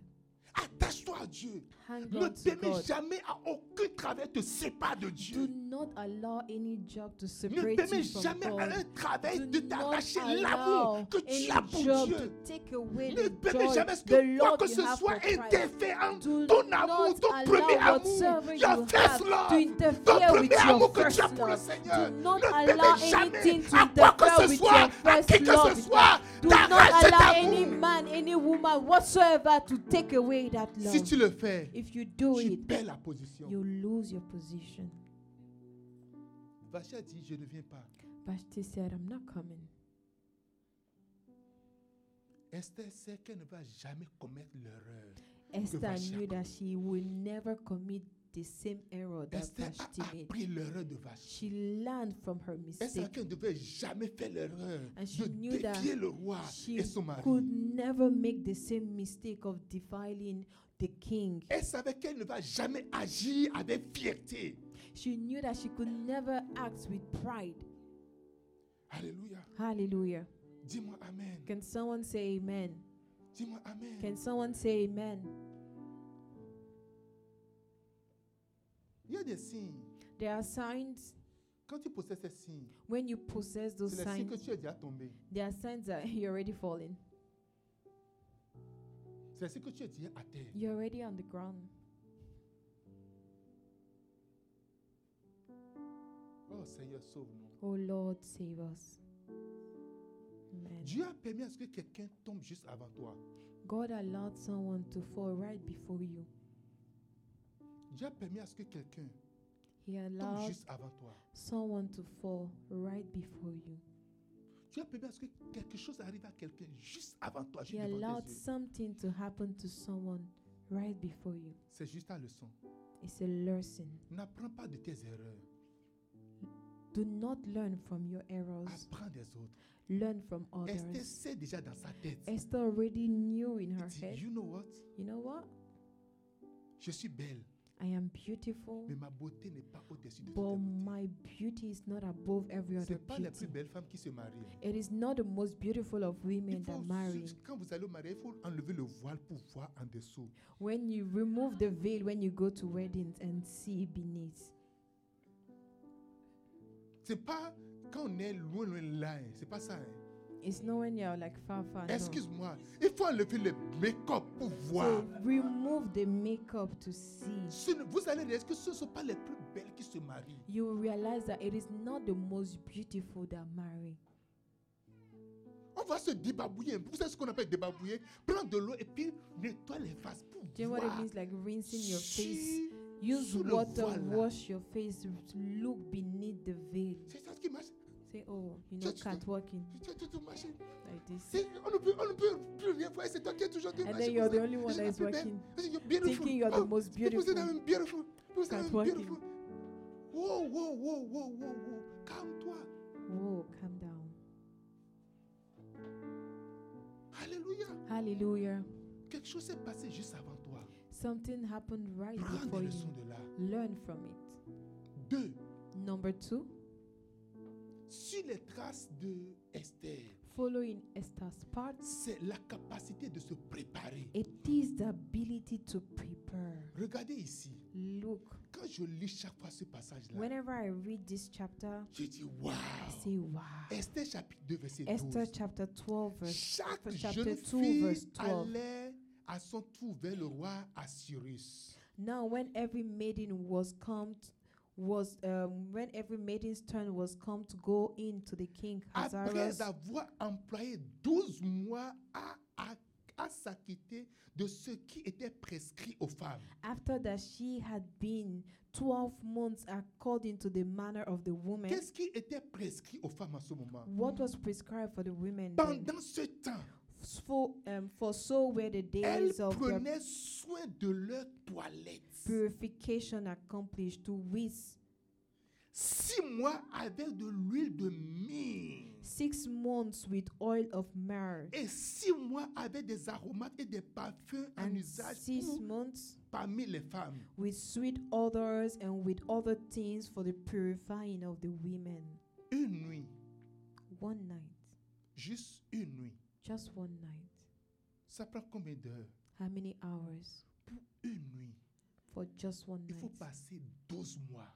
Attache-toi à Dieu.
Hang
Ne
on to
permets
God.
jamais à aucun travail te sépare de
Do
Dieu.
not allow any job to
Ne
separate
permets
you from
jamais à un
God.
travail de
Do not
t'arracher
allow
l'amour que
any
tu as pour
job
Dieu.
to take away
Ne
the
permets
joy,
jamais ce
the
que quoi
love
que
you
ce
have
soit
for Christ.
interfère en
Do
ton
not
amour, ton
allow
premier amour,
whatsoever you
your
have
first
to
love, ton
interfere
premier
with your
amour que tu as
first
pour le
love.
Seigneur.
Do not
Ne
allow
permets jamais
anything to
à quoi que
interfere
ce
with
soit,
your
à qui
first
que ce
love.
soit,
Do not
t'arrache cet
allow any
amour.
man, any woman whatsoever to take away that
Si
love.
tu le fais,
If you do
tu
it,
perds la position.
you lose your position.
Vacha dit, je ne viens pas.
Vashti said, I'm not coming.
Esther sait qu'elle ne va jamais commettre l'erreur.
Esther
Vashti a
knew that she will never commit the same error that
Esther
Vashti
a
made.
appris l'erreur de Vashti.
She learned from her
Esther
mistake.
qui ne devait jamais faire l'erreur
And she
de
knew that
défier le roi
She
et son mari.
could never make the same mistake of defiling the king.
Elle savait qu'elle ne va jamais agir avec fierté.
She knew that she could never act with pride.
Alléluia.
Hallelujah.
Dis-moi Amen.
Can someone say amen?
Dis-moi Amen.
Can someone say amen?
Il y a des signes.
There are signs
Quand tu possèdes ces signes,
when you possess those
c'est les signes que
signs.
tu es déjà tombé.
There are signs that you're already falling.
C'est les signes que tu es déjà à terre.
You're already on the ground.
Oh Seigneur, sauve-nous.
Oh Lord, save us. Amen.
Dieu a permis à ce que quelqu'un tombe juste avant toi.
God allowed someone to fall right before you.
Dieu a permis à ce que quelqu'un
He
tombe
allowed
juste avant toi.
someone to fall right before you.
Dieu a permis à ce que quelque chose arrive à quelqu'un juste avant toi,
He
juste devant
allowed
tes yeux.
something to happen to someone right before you.
C'est juste ta leçon.
It's a lesson.
N'apprends pas de tes erreurs.
Do not learn from your errors.
Apprends des autres.
Learn from
Esther
others.
sait déjà dans sa tête. Elle
Esther already knew in her
dit,
head,
you know what?
you know what?
Je suis belle,
I am beautiful,
mais ma beauté n'est pas au-dessus de toute
but
la beauté.
my beauty is not above every
Ce
other
pas les plus
beauty.
belles femmes qui se marient.
It is not the most beautiful of
Il
women
faut,
that marry.
quand vous allez au mariage, il faut enlever le voile pour voir en dessous.
When you remove the veil when you go to weddings and see beneath.
C'est pas quand on est loin, loin là. hein. C'est pas ça. hein.
It's not when you're like far, far. no.
Excuse-moi. Il faut enlever le make-up pour voir.
So remove the makeup to see.
Ce ne- Vous allez dire que ce ne sont pas les plus belles qui se marient.
You will realize that it is not the most beautiful that marry.
On va se débabouiller. un peu. Vous savez ce qu'on appelle débabouiller Prendre de l'eau et puis nettoie les faces pour
Do you know what it
voir.
means? Like rinsing your face.
si-
Use
sous le
water,
voile là.
wash your face, look beneath the veil.
C'est ça qui marche.
Say, oh, you know,
Just do-
catwalking
Tu as tout marché.
like this.
C'est- On ne peut, on ne peut plus rien voir. C'est toi qui es toujours de
And then you're the only one that is walking, thinking you're
Oh,
the most
People say that
beautiful.
I'm beautiful. People say that I'm
Catwalking.
beautiful. Wow, wow, wow, wow, wow, wow. Calme-toi.
Whoa, calm down.
Alléluia.
Hallelujah.
Quelque chose s'est passé juste avant toi.
Something happened right
Prends
before
des
you.
leçons de là.
Learn from it.
Deux,
Number two,
sur les traces de Esther,
follow in Esther's parts.
c'est la capacité de se préparer.
It is the ability to prepare.
Regardez ici.
Look,
Quand je lis chaque fois ce passage-là,
whenever I read this chapter,
je dis Waouh
I say, wow.
Esther chapitre 2, verset 12.
Esther chapter 12, verse
Chaque
chapter
jeune
2,
fille
verse 12.
allait à son tour vers le roi Assyrus.
Now, when every maiden was come, t- was um, when every maiden's turn was come to go in to the king
Après
Ahasuerus,
avoir employé 12 mois à, à, à s'acquitter de ce qui était prescrit aux femmes.
after that she had been twelve months according to the manner of the woman.
Qu'est-ce qui était prescrit aux femmes en ce moment
What was prescribed for the women? then?
Pendant ce temps,
S- For, um, for so were the
elles
days of their
prenaient soin de leur toilette.
purification accomplished, to wit,
Six mois avec de l'huile de myrrhe.
six months with oil of myrrh,
Et six mois avec des aromates et des parfums en
and
usage
six
pour-
months
parmi les femmes.
with sweet odors and with other things for the purifying of the women.
Une nuit,
One night,
juste une nuit.
just one night.
Ça prend combien d'heures
How many hours?
Pour une nuit,
For just one
il faut
night.
passer 12 mois.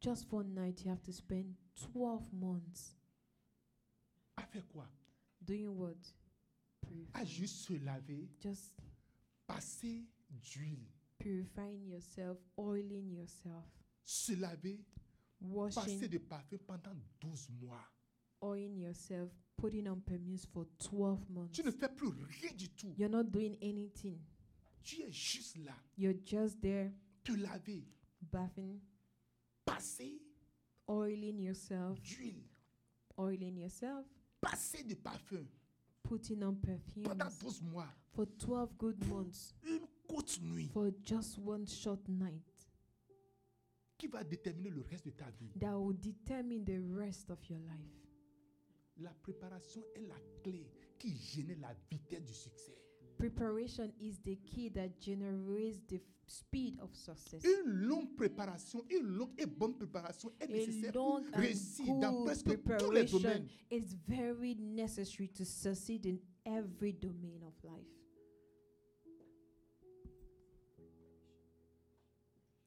Just one night, you have to spend 12 months
À faire quoi
doing what?
À
Purifying.
juste se laver,
Just
passer d'huile,
purifying yourself, oiling yourself,
se laver, passer
washing,
de parfum pendant 12 mois.
oiling yourself, putting on perfumes for 12 months.
Tu ne fais plus rien du tout.
You're not doing anything.
Tu es juste là,
You're just there
te laver,
bathing,
passer
oiling yourself,
d'huile,
oiling yourself,
passer de parfum
putting on
pendant
perfumes
12 mois.
for 12 good months,
Une courte nuit.
for just one short night.
qui va déterminer le reste de ta vie.
that will determine the rest of your life.
La préparation est la clé qui génère la vitesse du succès.
Preparation is the key that generates the f- speed of success.
Une longue préparation, une longue et bonne préparation est
A
nécessaire pour
long and
réussir dans
good
presque tous les
preparation
domaines.
is very necessary to succeed in every domain of life.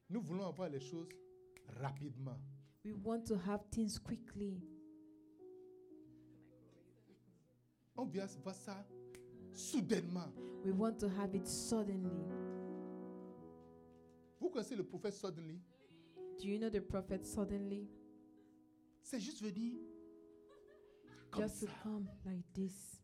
Nous voulons avoir les choses rapidement.
We want to have things quickly.
On vient voir ça soudainement.
We want to have it suddenly.
Vous connaissez le prophète Suddenly
Do you know the prophet suddenly?
C'est juste venu comme
Just to
ça.
come like this.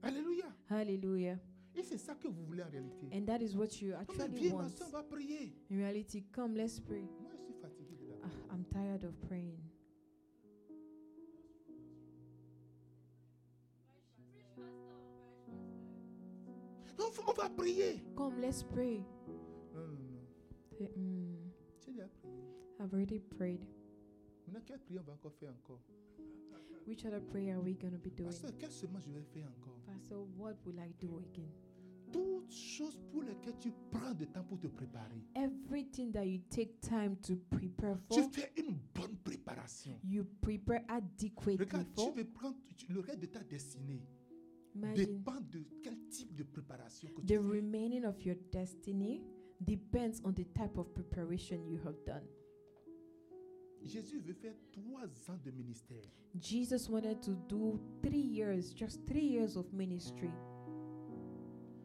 Alléluia.
Hallelujah.
Et c'est ça que vous voulez en réalité.
And that is what you
On va
actually
bien, ma
want.
soeur, on va prier.
In reality, come, let's pray.
Moi, je suis fatigué de la
Ah, I'm tired of praying.
Non, on va prier.
Come, let's pray.
Non, non, non.
Say, "Mm,
J'ai déjà prié.
I've already prayed.
Maintenant, quelle prière on va encore faire encore
Which other prayer are we going to be doing?
Pasteur, quel seulement je vais faire encore
Pastor, what will I do again?
Toutes choses pour lesquelles tu prends de temps pour te préparer.
Everything that you take time to prepare
Tu
for,
fais une bonne préparation.
you prepare adequately
Regarde, tu
for.
veux prendre tu- le reste de ta destinée.
Imagine
Dépend de quel type de préparation que tu fais.
the remaining of your destiny depends on the type of preparation you have done.
Jésus veut faire trois ans de ministère.
Jesus wanted to do three years, just three years of ministry.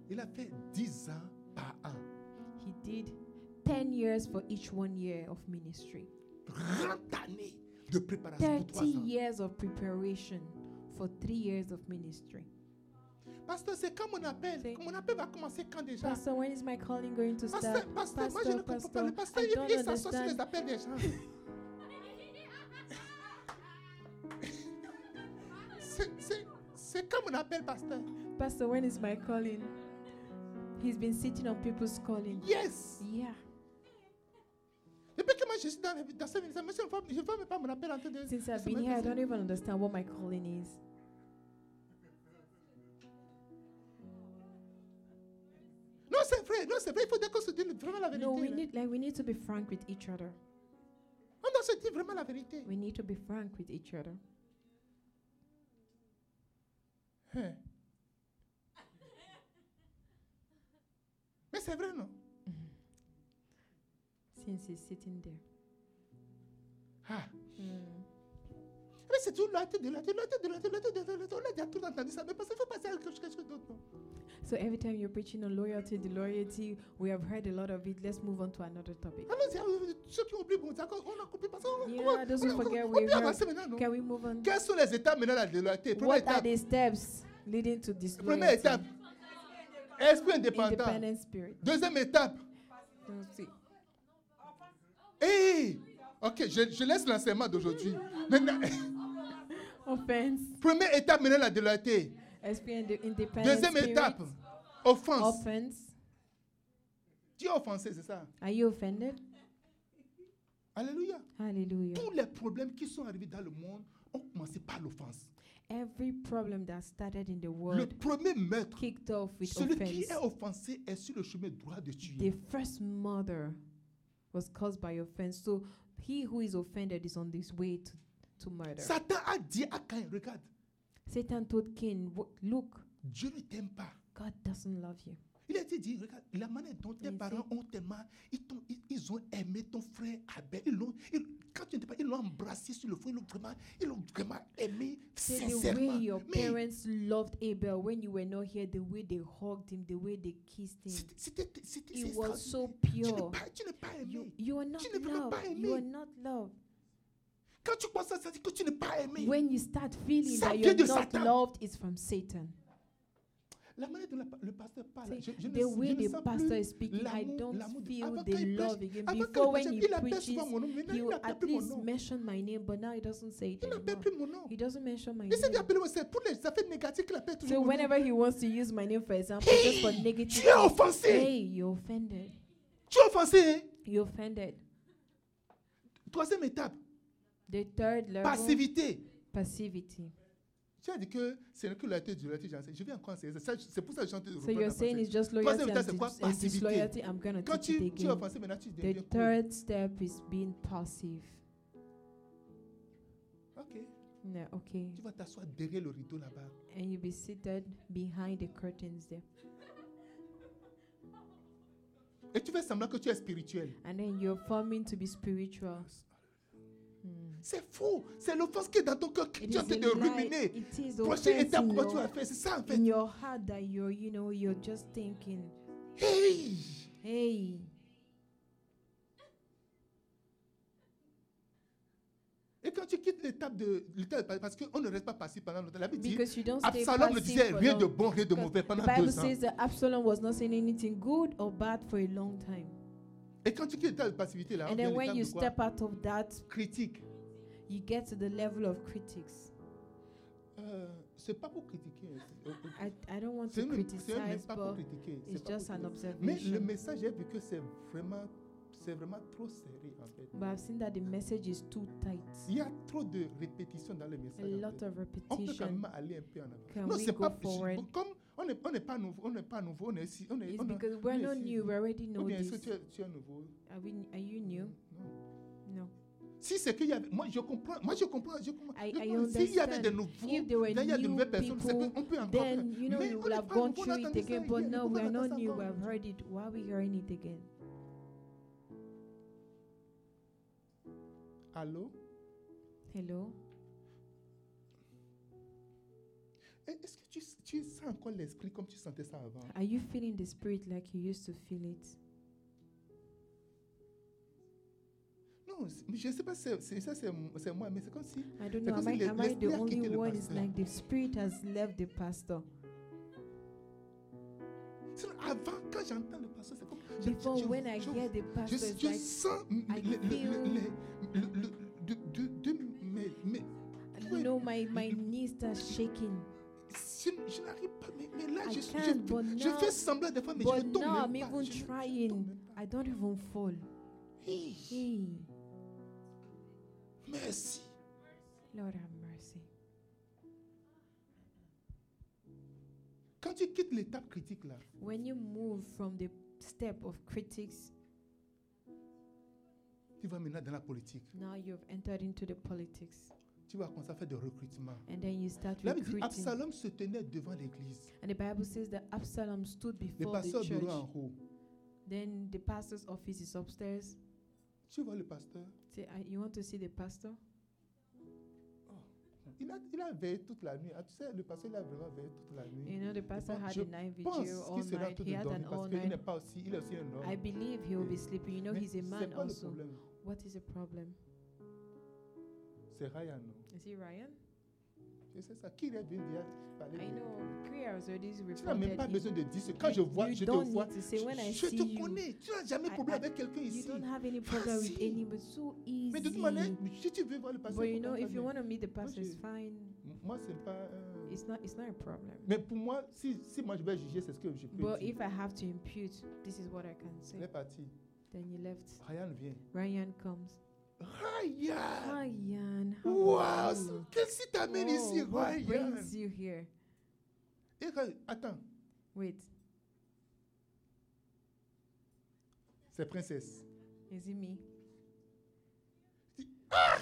Il a fait dix ans par an.
He did 10 years for each one year of ministry,
30 années de préparation pour
30
trois ans.
years of preparation for three years of ministry.
Pasteur, c'est quand mon appel
C'est-
Mon appel va commencer quand déjà
Pastor, when is my calling going to
Pasteur,
start?
pasteur, moi je ne comprends pas. Le pasteur,
I
il,
don't
il s'assoit sur les
understand.
appels des gens. C'est- c'est- C'est quand mon appel, pasteur
Pastor, when is my calling? He's been sitting on people's calling.
Yes
Yeah.
Depuis que moi je suis dans, dans ce ministère, monsieur, je ne vois même pas mon appel en train de.
Since
de
I've
se
been here, I don't
manifester.
even understand what my calling is.
Non, c'est vrai, non, c'est vrai, il faudrait qu'on se dise vraiment la vérité.
No, we
là.
need like we need to be frank with each other.
On doit se dire vraiment la vérité.
We need to be frank with each other.
Hein. Mais c'est vrai, non
Since he's sitting there.
Ah.
Hmm.
Mais c'est tout là, tout de là, tout de là, tout de là, tout de là, tout de là, tout de là, tout de là. On a déjà tout entendu ça, mais parce qu'il faut passer à quelque chose d'autre, non
So every time you're preaching on loyalty, the loyalty, we have heard a lot of it. Let's move on to another topic.
Allons-y, allons-y, ceux qui oublient, bon, d'accord, on a compris parce qu'on
Yeah,
on- on-
those
on-
who
on-
forget
on
we
peut
have-
avancer maintenant, non
Can we move on?
Quelles sont les étapes maintenant de la loyauté Première
What are
étape,
the steps leading to this
première
loyalty?
étape, esprit indépendant.
Independent spirit.
Deuxième étape,
Don't see.
hé Ok, je, je laisse l'enseignement d'aujourd'hui. Maintenant,
Offense.
première étape maintenant la loyauté.
Esprit inde- independent
Deuxième
spirit.
étape, offense.
Offense.
Tu es offensé, c'est ça
Are you offended?
Alléluia.
Hallelujah.
Tous les problèmes qui sont arrivés dans le monde ont commencé par l'offense.
Every problem that started in the
Le
world
premier meurtre,
kicked off with
celui qui
offense.
est offensé est sur le chemin droit de tuer.
The first murder was caused by offense. So he who is offended is on this way to, to murder.
Satan a dit à Caïn, regarde,
Satan told Cain, "Wo- Look,
Dieu ne t'aime pas.
God doesn't love you.
Il a été dit, regarde, la manière dont tes
Il
parents ont aimé, ils, t'ont- ils- ils ont aimé ton frère Abel. Ils l'ont, ils- quand tu n'étais pas, ils l'ont embrassé sur le front, ils l'ont vraiment, ils l'ont vraiment aimé
Say the way
sincèrement.
your
Mais
parents loved Abel when you were not here, the way they hugged him, the way they kissed him,
c'était, c'était, c'était- c'est
it was so
extraordinaire. Tu n'es
pure.
pas, tu n'es pas
You,
aimé.
you are not
Tu ne peux
loved.
pas
You
aimer.
are not loved.
Quand tu penses ça, ça dit que tu n'es pas aimé.
When you start feeling
Ça
that
vient
you're
de
not
Satan.
loved, it's from Satan.
La manière dont la- le pasteur parle,
See,
je, je ne,
the way
je ne
the
sens
pastor
plus
is speaking, I
l'amour-
don't
l'amour de-
feel
Avant quand
the
il prêche-
love again.
avant quand il
Before when
prêchait,
he
il appelle
preaches,
souvent mon nom. Maintenant,
he
il
will
n'appelle
at
plus mon
least
nom.
mention my name, but now he doesn't say
Il
it
n'appelle
anymore.
plus mon nom.
He doesn't mention my
Il s'est dit,
name.
appelez-moi, c'est pour les affaires négatives qu'il appelle
So
toujours. mon nom.
whenever he wants to use my name, for example, just for negative,
Tu es offensé.
hey, you're offended.
Tu es offensé. hein?
You offended.
Troisième étape,
The third level.
passivité.
Passivity.
Tu as dit que c'est que la tête du loyauté, j'enseigne. Je vais encore enseigner. ça. C'est pour ça que je chante.
So you're saying it's just loyalty
Troisième
and,
étape, c'est quoi?
dis- and
Passivité.
disloyalty. I'm gonna
Quand
teach
tu,
it
tu es
again.
offensé, maintenant tu deviens
The
cool.
third step is being passive.
Ok.
No, okay.
Tu vas t'asseoir derrière le rideau là-bas.
And you'll be seated behind the curtains there.
Et tu fais semblant que tu es spirituel.
And then you're forming to be spiritual. Mm.
C'est faux. C'est l'offense qui est dans ton cœur que
It
tu es en
is
train
a
de
lie.
ruminer.
It is
Prochaine
offense,
étape,
you
pourquoi tu vas
know,
faire C'est ça en fait.
in your heart that you're, you know, you're just thinking,
Hey!
hey,
Et quand tu quittes l'étape de. l'étape de- Parce qu'on ne reste pas passif pendant longtemps. La Bible dit
because you don't stay
Absalom ne
passive
disait
for
rien de
long.
bon, rien de
Because
mauvais
The
pendant
Bible
deux ans.
says that Absalom was not saying anything good or bad for a long time.
Et quand tu quittes l'étape de passivité là, on
And
vient
then
à
when
l'étape
you
de quoi
step out of that,
Critique.
you get to the level of critics.
Euh, c'est pas pour critiquer. c'est- euh,
I, I don't want
C'est
to
une- c'est un même
criticize,
pas pour
but
critiquer. c'est
it's
pas pour
just an
critiquer. Mais le
observation.
message, j'ai vu que c'est vraiment, c'est vraiment trop serré en fait.
But I've seen that the message is too tight.
Il y a trop de répétitions dans le
A
message. en
lot
fait.
of
On peut quand
repetition.
même aller un peu en avant.
Can
non,
we
c'est
go
pas je-
forward?
comme on n'est on n'est pas nouveau, on n'est pas nouveau, on est ici, on est.
It's
On a-
because we're
on est
not
ici.
new. We already
Ou
know
bien
this.
est-ce que tu es, tu es nouveau?
Are we? Are you new?
Non.
No.
Si c'est qu'il y avait, moi je comprends, moi je comprends, je comprends.
I-
je
I
comprends. S'il y avait
understand.
des nouveaux,
If there were
là, il y a de
new
nouvelles personnes, c'est
people,
qu'on peut encore. faire.
Then you know
Mais
you
on
would
n'est
have
pas
gone
nouveau, on
through it
attendait ça
again.
hier,
But no,
pourquoi
we
on
are
attend
not
ça
new.
encore?
We have heard it. Why are we hearing it again?
Allô?
Hello.
Eh, Est-ce que tu, tu sens encore l'esprit comme tu sentais ça avant?
Are you feeling the spirit like you used to feel it?
Non, c'est- je ne sais pas, c'est c'est- ça c'est c'est moi, mais c'est comme si
I don't
C'est
know.
comme
Am I,
si le-
am I
l'esprit
the
a
only
quitté le
one? It's
pasteur.
like the spirit has left the pastor.
Sinon, Avant, quand j'entends le pasteur, c'est comme. je-
Before,
je- je-
when I
je-
hear the
je,
pastor, it's
je
like
sens mm,
I
le- le-
feel-
le- le- le- le- de, de, de mes, mes-
you know my my knees start shaking.
si- je n'arrive pas, mais, mais là,
I
je,
can't, but
je, je
now-
fais semblant des fois, mais je
But
ne tombe
now I'm
même pas.
even
je ne- je ne tombe
trying.
même pas.
I don't even fall.
Hey,
Hey,
merci.
Lord have mercy.
Quand tu quittes l'étape critique là,
When you move from the step of critics,
tu vas maintenant dans la politique.
now you've entered into the politics,
Tu vas commencer à faire du recrutement.
and then you start
Là, il dit,
recruiting.
Absalom se tenait devant l'église.
And the Bible says that Absalom stood
Le
before the
pasteur bureau en
church.
haut.
Then the pastor's office is upstairs.
Tu vois le pasteur?
Say, "Ah, you want to see the pastor?
Il a, il a veillé toute la nuit. Ah, tu sais, le pasteur, il a vraiment veillé toute la nuit.
Mm, You know, the pastor
pense-
had
je
a night
Je pense
vigil all
qu'il sera en
night.
train
He
de
had an
dormir
all
parce qu'il
night.
n'est pas aussi, il est aussi un homme.
I believe he will be
Yeah.
sleeping. You know,
Mais
he's a
c'est
man
pas le
also.
problème.
What is the problem?
C'est Ryan, non?
Is he Ryan?
Et c'est ça. Qui rêve vient parler
I
de-
know. Korea has already
Tu n'as même
reported
pas
him.
besoin de dire ce- Quand
You-
je vois,
you
je te
don't
vois.
need to say, when I
Je, je
see
te
you,
connais. Tu n'as jamais
I-
problème
I-
avec quelqu'un
You
ici.
don't have any problem with
Facile.
anyone. So easy.
Mais de toute manière, si tu veux voir le pasteur,
But you
pourquoi
know,
pas,
if you
mais
want to meet the pastor, it's
je-
fine.
Moi, c'est pas. euh,
It's not. It's not a problem.
Mais pour moi, si, si moi je vais juger, c'est ce que je peux
But
dire.
if I have to impute, this is what I can
Il est
say.
parti.
Then you left.
Ryan vient.
Ryan comes. Ah.
Ryan!
Ryan, how are
Wow!
you?
Qu'est-ce qui t'amène ici,
Whoa, what
Ryan?
Oh, brings you here?
Et Ryan, attends,
Wait,
c'est princesse.
is it me?
Ah,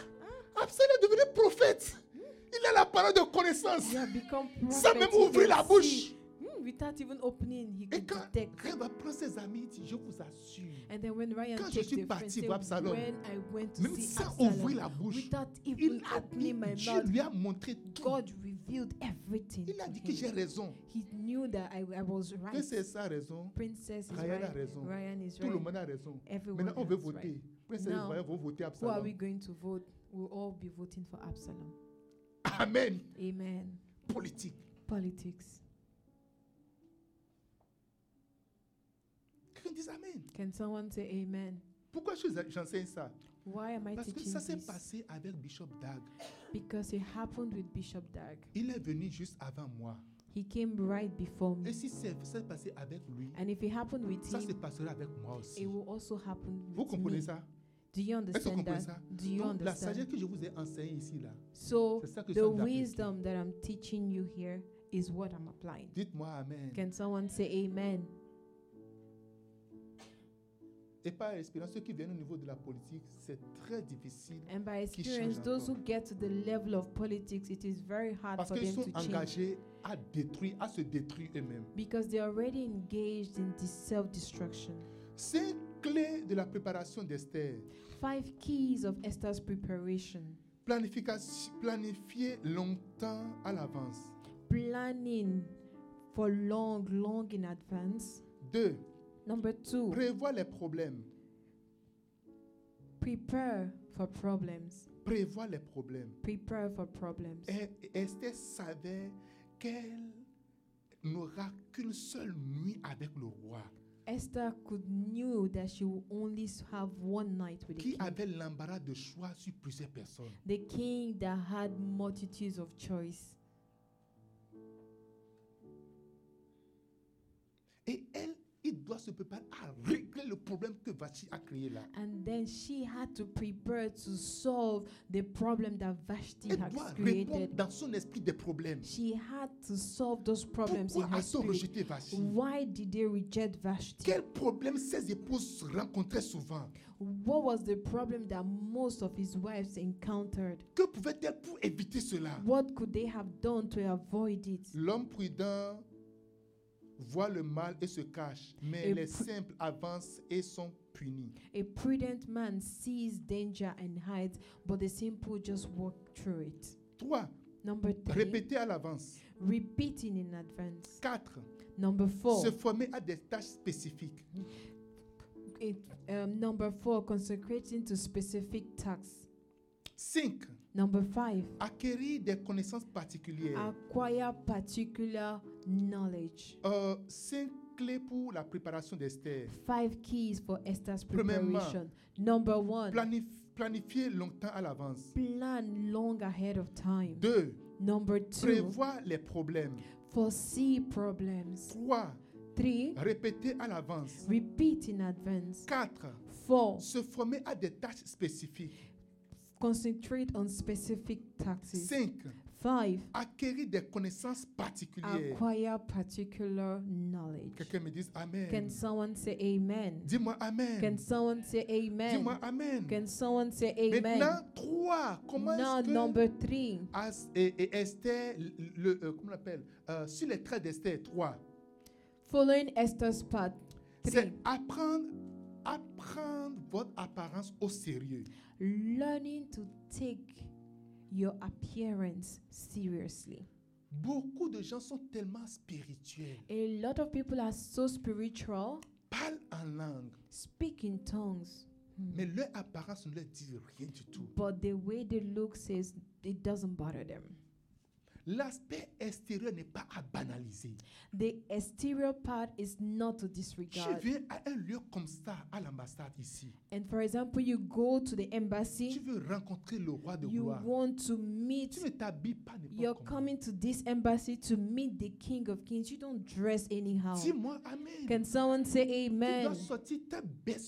Absalom est devenu prophète. Il a la parole de connaissance.
You have become
Sans
prophet,
même
you
ouvrir
can
la
see.
bouche.
Hmm, without even opening, he
Et
could
quand
detect.
Ryan va prendre ses amis, il dit, je vous assure,
And then when Ryan
Quand je
checked
suis
the friend,
parti
say,
voir Absalom,
when I went to
même
see
sans
Absalom,
ouvrir la bouche,
without even
il a dit,
opening my
Dieu
mouth,
lui a montré tout.
God revealed everything.
Il a
to
dit que j'ai
him.
raison,
He knew that I, I was
que
right.
c'est sa raison,
Princess is
Ryan a
right.
raison.
Ryan is
tout le
right.
monde a raison.
Everyone
Maintenant, on veut
has right.
voter. Princesse
Now,
Ryan vont voter
Who are we
Absalom.
going to vote? We'll all be voting for Absalom.
Amen.
Amen.
Politique.
Politics.
Quelqu'un dit Amen.
Can someone say amen?
Pourquoi je- j'enseigne ça
Why am I
Parce que
teaching
ça s'est
this?
passé avec Bishop Dag.
Because it happened with Bishop Dag.
Il est venu juste avant moi.
He came right before me.
Et si c'est- ça s'est passé avec lui,
And if it happened with
ça se
him,
passera avec moi aussi.
it will also happen
Vous
with me.
comprenez ça?
Do you
Est-ce que vous
understand
comprenez
that?
ça?
Do you
Donc, la
understand?
sagesse que je vous ai enseignée ici, là,
So
c'est ça que je
the
suis d'appliquer.
wisdom that I'm teaching you here is what I'm applying.
Dites-moi Amen.
Can someone say amen?
Et par expérience, ceux qui viennent au niveau de la politique, c'est très difficile
And by
change
experience, those who
encore.
get to the level of politics, it is very hard
parce
for
qu'ils
them
sont
to change
engagés à détruire, à se détruire eux-mêmes.
because they're already engaged in this self-destruction.
Cinq clés de la préparation d'Esther.
Five keys of Esther's preparation:
Planification- Planifier longtemps à l'avance.
planning for long, long in advance.
Deux,
Number two,
prévoir les problèmes.
prepare for problems.
Prévoir les problèmes.
Prepare for problems.
Et- et Esther savait qu'elle n'aura qu'une seule nuit avec le roi,
Esther could knew that she would only s- have one night with the
qui
king.
avait l'embarras de choix sur plusieurs personnes.
The king that had multitudes of choice.
Et elle, il doit se préparer à régler le problème que Vachi a créé là.
And then she had to prepare to solve the problem that Vashti
Elle
had
doit répondre
created.
dans son esprit des problèmes.
She had to solve those problems in
Pourquoi
her
a-t-on
spirit.
rejeté Vachi
Why did they reject Vashti?
Quel problème ses épouses rencontraient souvent
What was the problem that most of his wives encountered?
Que pouvaient-elles pour éviter cela
What could they have done to avoid it?
L'homme prudent voit le mal et se cache, mais
Et
les
pru-
simples avancent et sont punis.
A prudent man sees danger and hides, but the simple just walk through it.
Trois,
Number three,
Répéter à l'avance.
repeating in advance.
Quatre,
Number four,
Se former à des tâches spécifiques.
it, um, number four, consecrating to specific tasks.
Cinq,
Number five,
Acquérir des connaissances
Ah.
particulières.
acquire particular knowledge.
Euh, cinq clés pour la préparation d'Esther.
Five keys for Esther's
Premièrement,
preparation. Number one,
Planif- planifier longtemps à l'avance.
plan long ahead of time.
Deux,
Number two,
Prévoir les problèmes.
foresee problems.
Trois,
Three,
Répéter à l'avance.
repeat in advance.
Quatre,
Four,
Se former à des tâches spécifiques.
concentrate on specific taxes.
Cinq,
Five,
Acquérir des connaissances particulières.
acquire particular knowledge.
Quelqu'un me dise
Can
Amen.
someone say amen?
Dis-moi
Can
Amen.
someone say amen?
Dis-moi Amen.
Can someone say amen?
Maintenant, trois, comment
Now,
est-ce que
number three,
As- et, et Esther, le, le- euh, comment on l'appelle Euh, Sur les traits d'Esther, trois.
following Esther's path. Three,
C'est apprendre, apprendre votre apparence au sérieux.
learning to take your appearance seriously.
Beaucoup de gens sont tellement spirituels,
A lot of people are so spiritual,
parlent en langue,
speak in tongues, Hmm.
mais leur apparence ne leur dit rien du tout.
but the way they look says it doesn't bother them.
L'aspect extérieur n'est pas à banaliser.
The exterior part is not to
Je
disregard.
viens à un lieu comme ça, à l'ambassade ici.
And for example, you go to the
Tu
embassy,
veux rencontrer le roi de
you
gloire.
want to meet
Tu ne t'habilles pas n'importe
You're
comment.
coming to this embassy to meet the King of Kings. You don't dress anyhow.
Dis-moi Amen.
Can someone say
Tu dois
amen?
sortir ta belle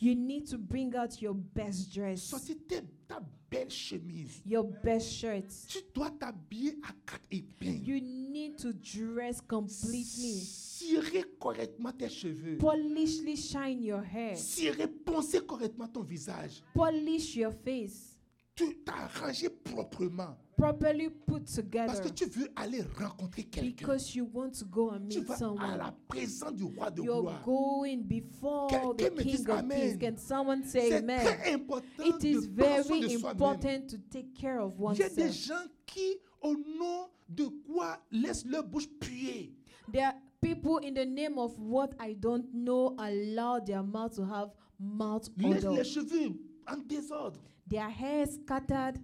You need to bring out your best dress,
Sortir ta, ta belle chemise.
your best shirts.
Tu dois t'habiller à quatre épingles.
You need to dress completely.
Cirer correctement tes cheveux.
Polishly shine your hair.
Cirer, poncer correctement ton visage.
Polish your face.
Tu t'arranger proprement.
Properly put
Parce que
together.
tu veux aller rencontrer quelqu'un.
Because you ah, want to go and
Tu
meet
vas à la
someone.
présence du roi de
You're
gloire.
going before the
Quelqu'un me dise
King of Kings.
amen.
Can someone say
C'est
amen?
très important
It is
de prendre soin de
very
soi-même.
important to take care of
Il y a des
oneself.
gens qui, au nom de quoi, laissent leur bouche puer.
There are people in the name of what I don't know allow their mouth to have mouth
Laissent
odor.
les cheveux en désordre.
Their hair scattered,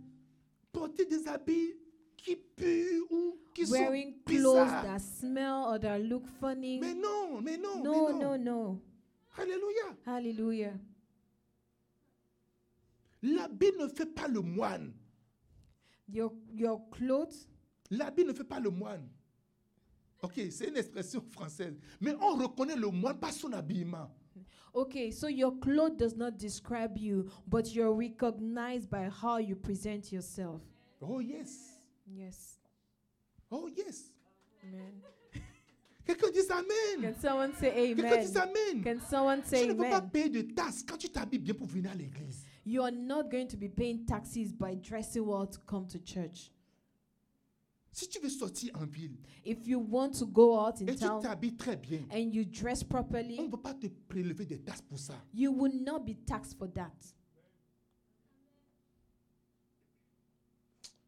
porter des habits qui puent ou qui
wearing
sont
clothes
bizarres.
that smell or that look funny.
Mais non, mais non,
No,
mais non.
no, no.
Alléluia.
Hallelujah.
L'habit ne fait pas le moine.
Your your clothes,
L'habit ne fait pas le moine. Ok, c'est une expression française. Mais on reconnaît le moine par son habillement.
Okay, so your clothes does not describe you, but you're recognized by how you present yourself.
Oh yes.
Yes.
Oh yes.
Amen.
Quelqu'un dit Amen.
Can someone say
Quelqu'un
amen?
dit Amen.
Can someone
Tu
say
ne peux pas
amen?
payer de taxes quand tu t'habilles bien pour venir à l'église.
You are not going to be paying taxes by dressing well to come to church.
Si tu veux sortir en ville
If you want to go out
et
in
tu
town
t'habilles très bien,
and you dress
on
properly,
ne peut pas te prélever des taxes pour ça.
you will not be taxed for that.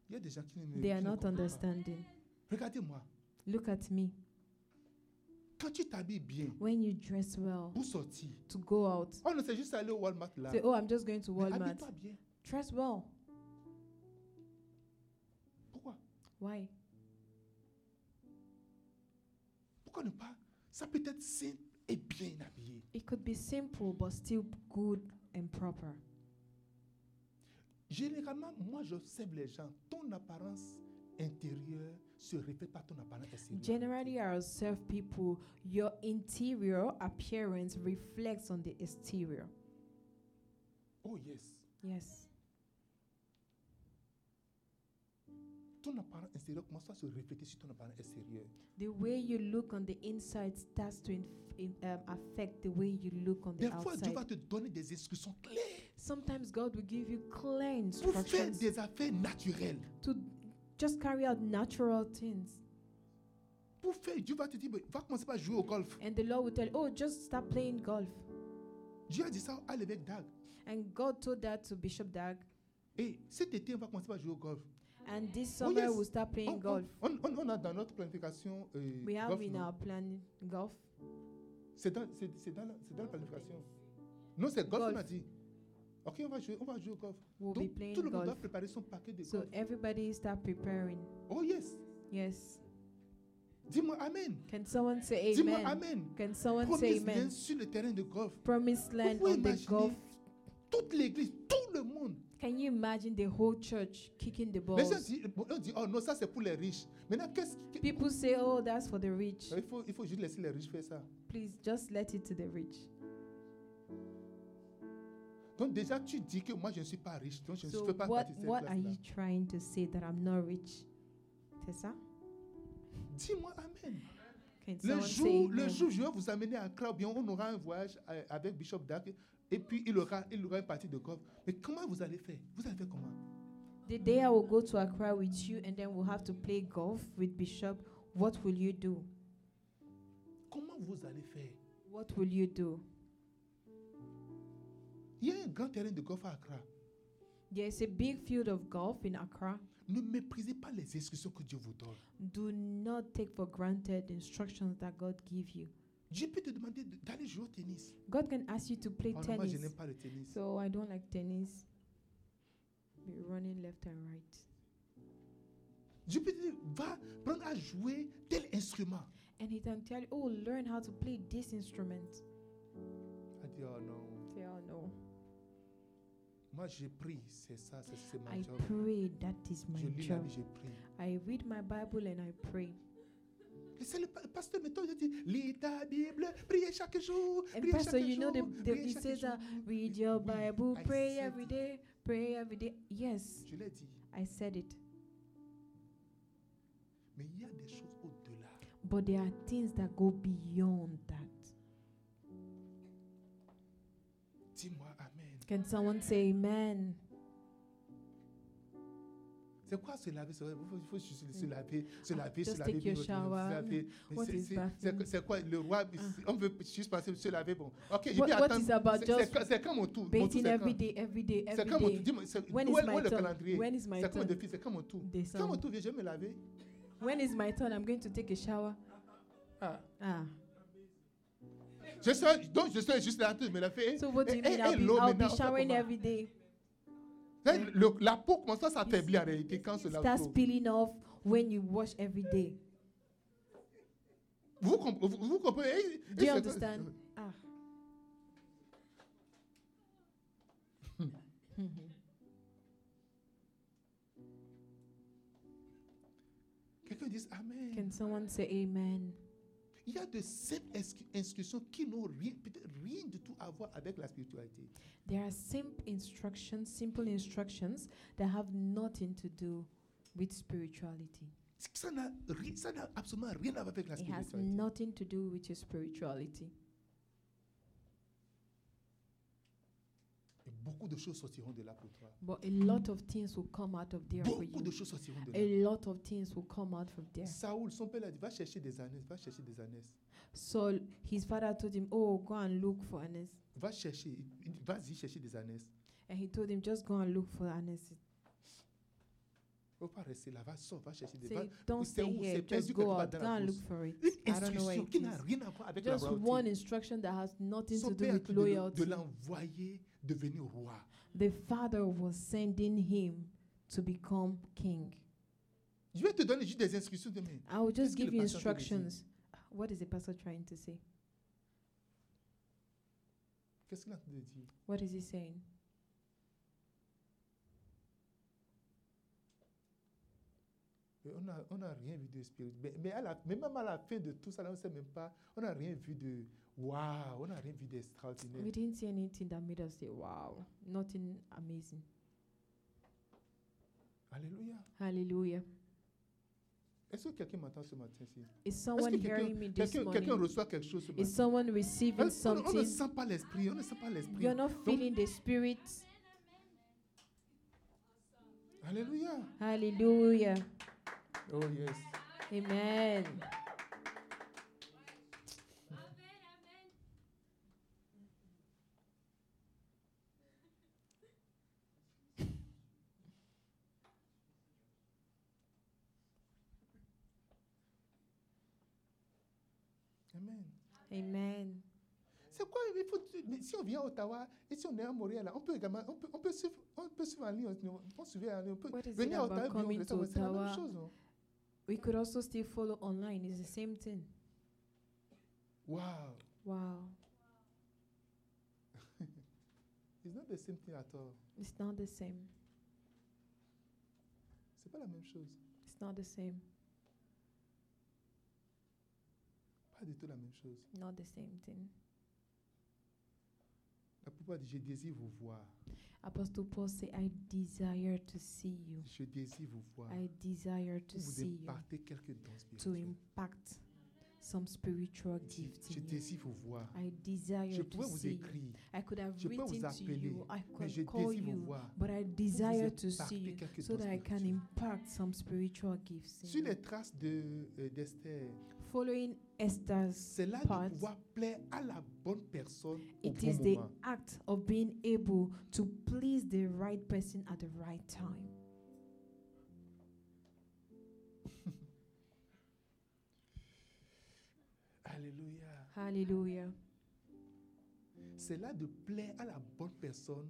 Il y a des gens qui ne me
They are
qui ne
not
comprennent pas.
understanding.
Regardez-moi.
Look at me.
Quand tu t'habilles bien
When you dress well
pour sortir,
to go out,
on ne sait juste aller au Walmart là.
say, Oh, I'm just going to
Mais
Walmart.
Habille-toi bien.
Dress well.
Pourquoi
Why?
Pourquoi ne pas Ça peut être simple et bien habillé.
It could be simple but still good and proper.
Généralement, moi, j'observe les gens. Ton apparence intérieure se répète par ton apparence extérieure.
Generally, I observe people, your interior appearance reflects on the exterior.
Oh yes.
Yes.
Ton apparence extérieure commence à se refléter sur ton apparence extérieure.
The way you look on the inside starts to inf- in, um, affect the way you look on the
Des fois, Dieu
outside.
va te donner des instructions claires
Sometimes God will give you clear
pour faire
instructions
des affaires naturelles.
to just carry out natural things.
Pour faire, Dieu va te dire, mais va commencer par jouer au golf.
And the Lord will tell you, oh, just start playing golf.
Dieu a dit ça à l'évêque Dag.
And God told that to Bishop Dag.
Et cet été, on va commencer par jouer au golf.
And this summer,
Oh, yes.
we'll start
On,
playing
on-
golf.
on- on- on a dans notre planification. euh,
We have
golf,
in
non?
our planning golf.
C'est dans, c'est, c'est dans, la, c'est dans la planification. Non, c'est golf,
Golf.
on a dit. Ok, on va jouer, on va jouer au golf.
We'll be
Donc, tout
playing
le monde
golf.
doit préparer son paquet de
So
golf.
everybody start preparing.
Oh yes.
Yes.
Dis-moi Amen.
Can someone say
Dis-moi
amen?
Amen.
Can someone say
Promise bien
amen?
sur le terrain de golf.
Promised
Vous
land
pouvez
on the
imaginer
golf.
toute l'église, tout le monde.
Can you imagine the whole church kicking the
Les gens
balls?
disent, on dit, oh non, ça c'est pour les riches. Maintenant, qu'est-ce que-
People say, oh, that's for the rich.
il faut, il faut juste laisser les riches faire ça.
Please just let it to the rich.
Donc déjà, tu dis que moi je ne suis pas riche, donc je ne
So
fais pas
what,
partie de cette
what are
classe-là.
you trying to say that I'm not rich? Tessa?
Dis-moi Amen.
Can
Le
someone say
jour, le
amen?
jour, je vais vous amener à Accra, ou bien on aura un voyage euh, avec Bishop Dak, et puis il aura, il aura une partie de golf. Mais comment vous allez faire Vous allez faire comment
The day I will go to Accra with you and then we'll have to play golf with Bishop. What will you do?
Comment vous allez faire
What will you do?
Il y a un grand terrain de golf à Accra.
There's a big field of golf in Accra.
Ne méprisez pas les instructions que Dieu vous donne.
Do not take for granted instructions that God give you.
Dieu peut te demander de- d'aller jouer au tennis.
God can ask you to play
Oh non, moi, je
tennis.
n'aime pas le tennis.
So I don't like tennis. Be running left and right.
Dieu peut te dire, va prendre à jouer tel instrument.
And he can tell you, oh, learn how to play this instrument.
Elle dit, oh non,
Say, oh no.
moi j'ai pris, c'est ça, c'est c'est ma
I
job.
pray that is my
Je lis la
job.
Bible, j'ai pris.
I read my Bible and I pray.
Et c'est le pa- pasteur, mettons, il dit, lis ta Bible, priez chaque jour,
And
priez
pastor,
chaque
you know,
jour,
the, the,
priez
it
chaque
says uh,
jour.
that read your
Oui,
Bible,
I
pray
said
every
it.
day, pray every day. Yes,
Je l'ai dit,
I said it.
mais il y a des choses au-delà.
But there are things that go beyond that.
Dis-moi Amen.
Can someone say amen?
C'est quoi se laver se- Il faut, il faut juste se
Mm.
laver, se
Ah,
laver, se
just
laver,
take your
puis retourner,
shower.
se laver. Mais
What
c'est-
is
c'est-
bathing?
c'est- C'est quoi le roi
Ah.
On veut juste passer, se laver, bon. Ok, je
What-
vais
what
attendre.
is about
C'est-
just
c'est quand- C'est quand mon tour. Mon tour,
Bathing
c'est
every
quand
day, every day,
C'est
every
quand mon tour.
day.
Dis-moi, c'est-
When
où
is
est- où
my
est le
turn?
calendrier
When is
C'est
my
quand mon
turn?
défi, c'est quand mon tour.
They
Quand mon
sound.
tour vient, je vais me laver.
When is my turn? I'm going to take a shower.
Ah.
Ah.
Je serai, donc je serai juste là en train de me laver.
So what do
Eh,
you
eh,
mean?
eh,
I'll be,
l'eau
I'll
maintenant,
be
on fait
showering
comment
every day.
Là, le- la peau commence à s'affaiblir en réalité quand on se
It
lave
starts
trop.
peeling off when you wash every day.
Vous, comp- vous, vous comprenez Eh, eh,
Do you
c'est-
understand? Ah.
Quelqu'un Quelqu'un dise Amen.
Can someone say amen?
Il y a de simples inscri- instructions qui n'ont rien, peut-être rien du tout à voir avec la spiritualité.
There are simple instructions, simple instructions that have nothing to do with spirituality.
Ça n'a ri- ça n'a absolument rien à voir avec la
It has
spiritualité.
nothing to do with your spirituality.
Et beaucoup de choses sortiront de là pour toi.
But a lot of things will come out of there for
Beaucoup de
you.
choses sortiront de là.
A lot of things will come out from there.
Saoul, son père a dit, va chercher des ânes, va chercher des ânes.
So his father told him, Oh, go and look for Anas.
Va chercher, il- il- vas-y chercher des ânes.
And he told him, Just go and look for Anas.
Ne pas rester là, va sortir, va chercher des
Say,
va-
Don't
c'est
stay
où,
here.
c'est perdu
Just
quelque
go
part
out.
dans
Go
la
and
brousse.
look for it.
Une
I don't know where
instruction
it
qui n'a
is.
rien à voir avec
Just
la
one
royauté.
instruction that has nothing
Son
to do
père a
with
dit de, le- de
loyalty.
l'envoyer devenir roi.
The father was sending him to become king.
Je vais te donner juste des instructions demain.
I will
Qu'est-ce
just
que
give
le
you
pasteur veut dire?
instructions. What is the pastor trying to say?
Qu'est-ce qu'il a de dire
What is he saying?
Mais On n'a on a rien vu de spirit. Mais, mais à la- mais même à la fin de tout ça, là, on ne sait même pas. On n'a rien vu de waouh, on n'a rien vu d'extraordinaire.
We didn't see anything that made us say, wow, nothing amazing.
Alléluia.
Hallelujah.
Est-ce que quelqu'un m'entend ce matin ici
Is someone
quelqu'un-
hearing me this
Quelqu'un quelqu'un
morning?
reçoit quelque chose ce matin
Is someone
On-
receiving
on, on ne
something?
sent pas l'esprit, on ne sent pas l'esprit.
You're not feeling the spirit.
Alléluia.
Hallelujah.
Oh yes.
Amen.
Amen.
Amen.
C'est quoi il faut, mais Si on vient à Ottawa et si on est à Montréal, là, on peut également, on peut, on peut suivre, on peut suivre en ligne, on, on suit en ligne, on peut
What is it
venir à
about
Ottawa, puis on
coming
reste à
to
Ottawa, c'est la même
Ottawa?
chose. hein.
We could also still follow online. It's the same thing.
Wow,
Wow.
it's not the same thing at all.
It's not the same.
C'est pas la même chose,
It's not the same.
pas du tout la même chose.
Not the same thing.
La plupart dit, je désire vous voir,
Apostle Paul said, I desire to see you.
je désire vous voir.
I desire to
Vous
see you.
impartez quelques dons
To
spirituels.
impact some spiritual
Dis,
gift
Je
in you.
désire vous voir.
I desire
Je
to
pourrais vous
see you.
écrire,
I could have
je peux vous
written to you.
appeler,
I
mais je
could call
désire vous
you.
voir.
But I desire to see
impartez
you
quelques
so
dons
that I can
spirituels.
impact some spiritual gifts. in
Sur
you.
les traces de, euh, d'Esther,
Following Esther's
c'est là
part
de pouvoir plaire à la bonne personne au
It
bon
is the
moment.
act of being able to please the right person at the right time.
Alléluia.
Hallelujah.
C'est là de plaire à la bonne personne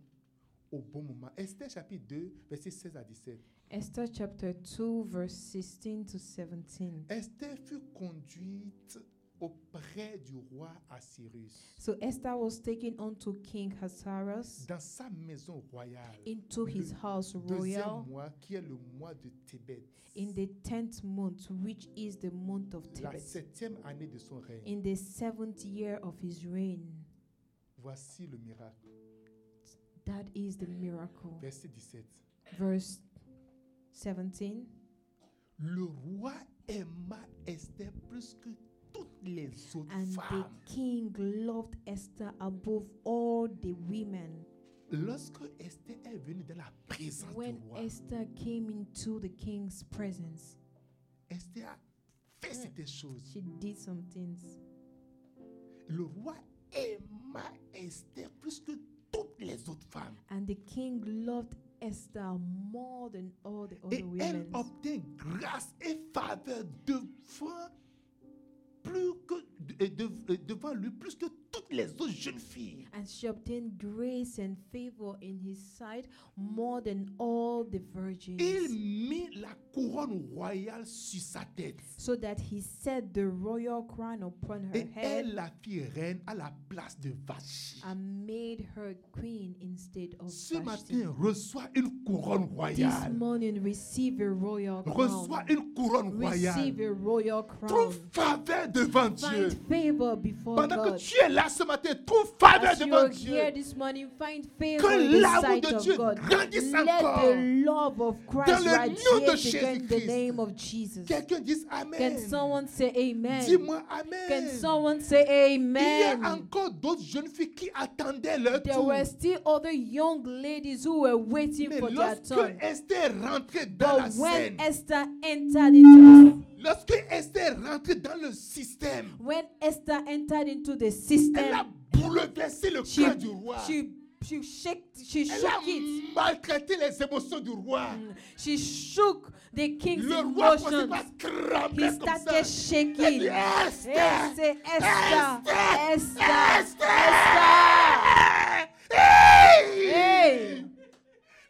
au bon moment. Esther chapitre 2, verset 16 à 17.
Esther chapter 2, verse 16 to 17.
Esther fut conduite auprès du roi Assyrus,
So Esther was taken unto King Hasarus
dans sa maison royale,
into his house
deuxième
royal
mois, qui est le mois de Tibet,
in the tenth month, which is the month of
la
Tibet,
septième année de son règne.
in the seventh year of his reign.
Voici le miracle.
That is the miracle.
Verset 17.
Verse 17.
Le roi aima Esther plus que toutes les autres
And the
femmes.
king loved Esther above all the women.
Lorsque Esther est venue dans la présence
When
du roi,
Esther came into the king's presence,
Esther a
Hmm.
fait cette chose.
she did some things.
Le roi aima Esther plus que toutes les autres femmes.
And the king loved Esther more than all the
Et
other
elle
women.
obtint grâce et faveur devant, plus que, de- de- devant lui plus que toutes les autres jeunes filles.
And she obtained grace and favor in his sight more than all the
Il
virgins,
mit la couronne royale sur sa tête.
so that he set the royal crown upon her
Et elle
head
la fit reine à la place de Vachti.
and made her queen instead of
Ce
Vashti.
matin, reçois une couronne
This
royale.
morning, receive a royal
Reçois
crown.
une couronne royale.
Receive a royal crown.
Trouve faveur devant Dieu.
Find favor before
Pendant que
God.
tu es là ce matin, trouve faveur
As you are
devant
here
Dieu.
this morning, find favor
Que
in the
l'amour
sight
de
of
Dieu
God.
grandisse
Let
encore.
the love of Christ
Dans le nom de
radiate again in the
Jésus-Christ.
name of Jesus.
Quelqu'un dise
Can
Amen.
someone say amen?
Dis-moi Amen.
Can someone say
Il y a
amen?
encore d'autres jeunes filles qui attendaient leur
There
tour.
were still other young ladies who were waiting
Mais
for their
lorsque
turn.
Esther est rentrée dans la
But when
scène,
Esther entered into
lorsque Esther est rentrée dans le système,
when Esther entered into the
elle a
system,
bouleversé le
she
cœur du roi.
she she shake she
Elle a
shook it.
maltraité les émotions du roi.
She shook the king's
Le roi commençait
emotions.
à
He
trembler comme
started
ça.
shaking.
Elle dit,
Hey,
Esther,
say, Esther,
Esther,
Esther,
Esther. Hey!
Hey!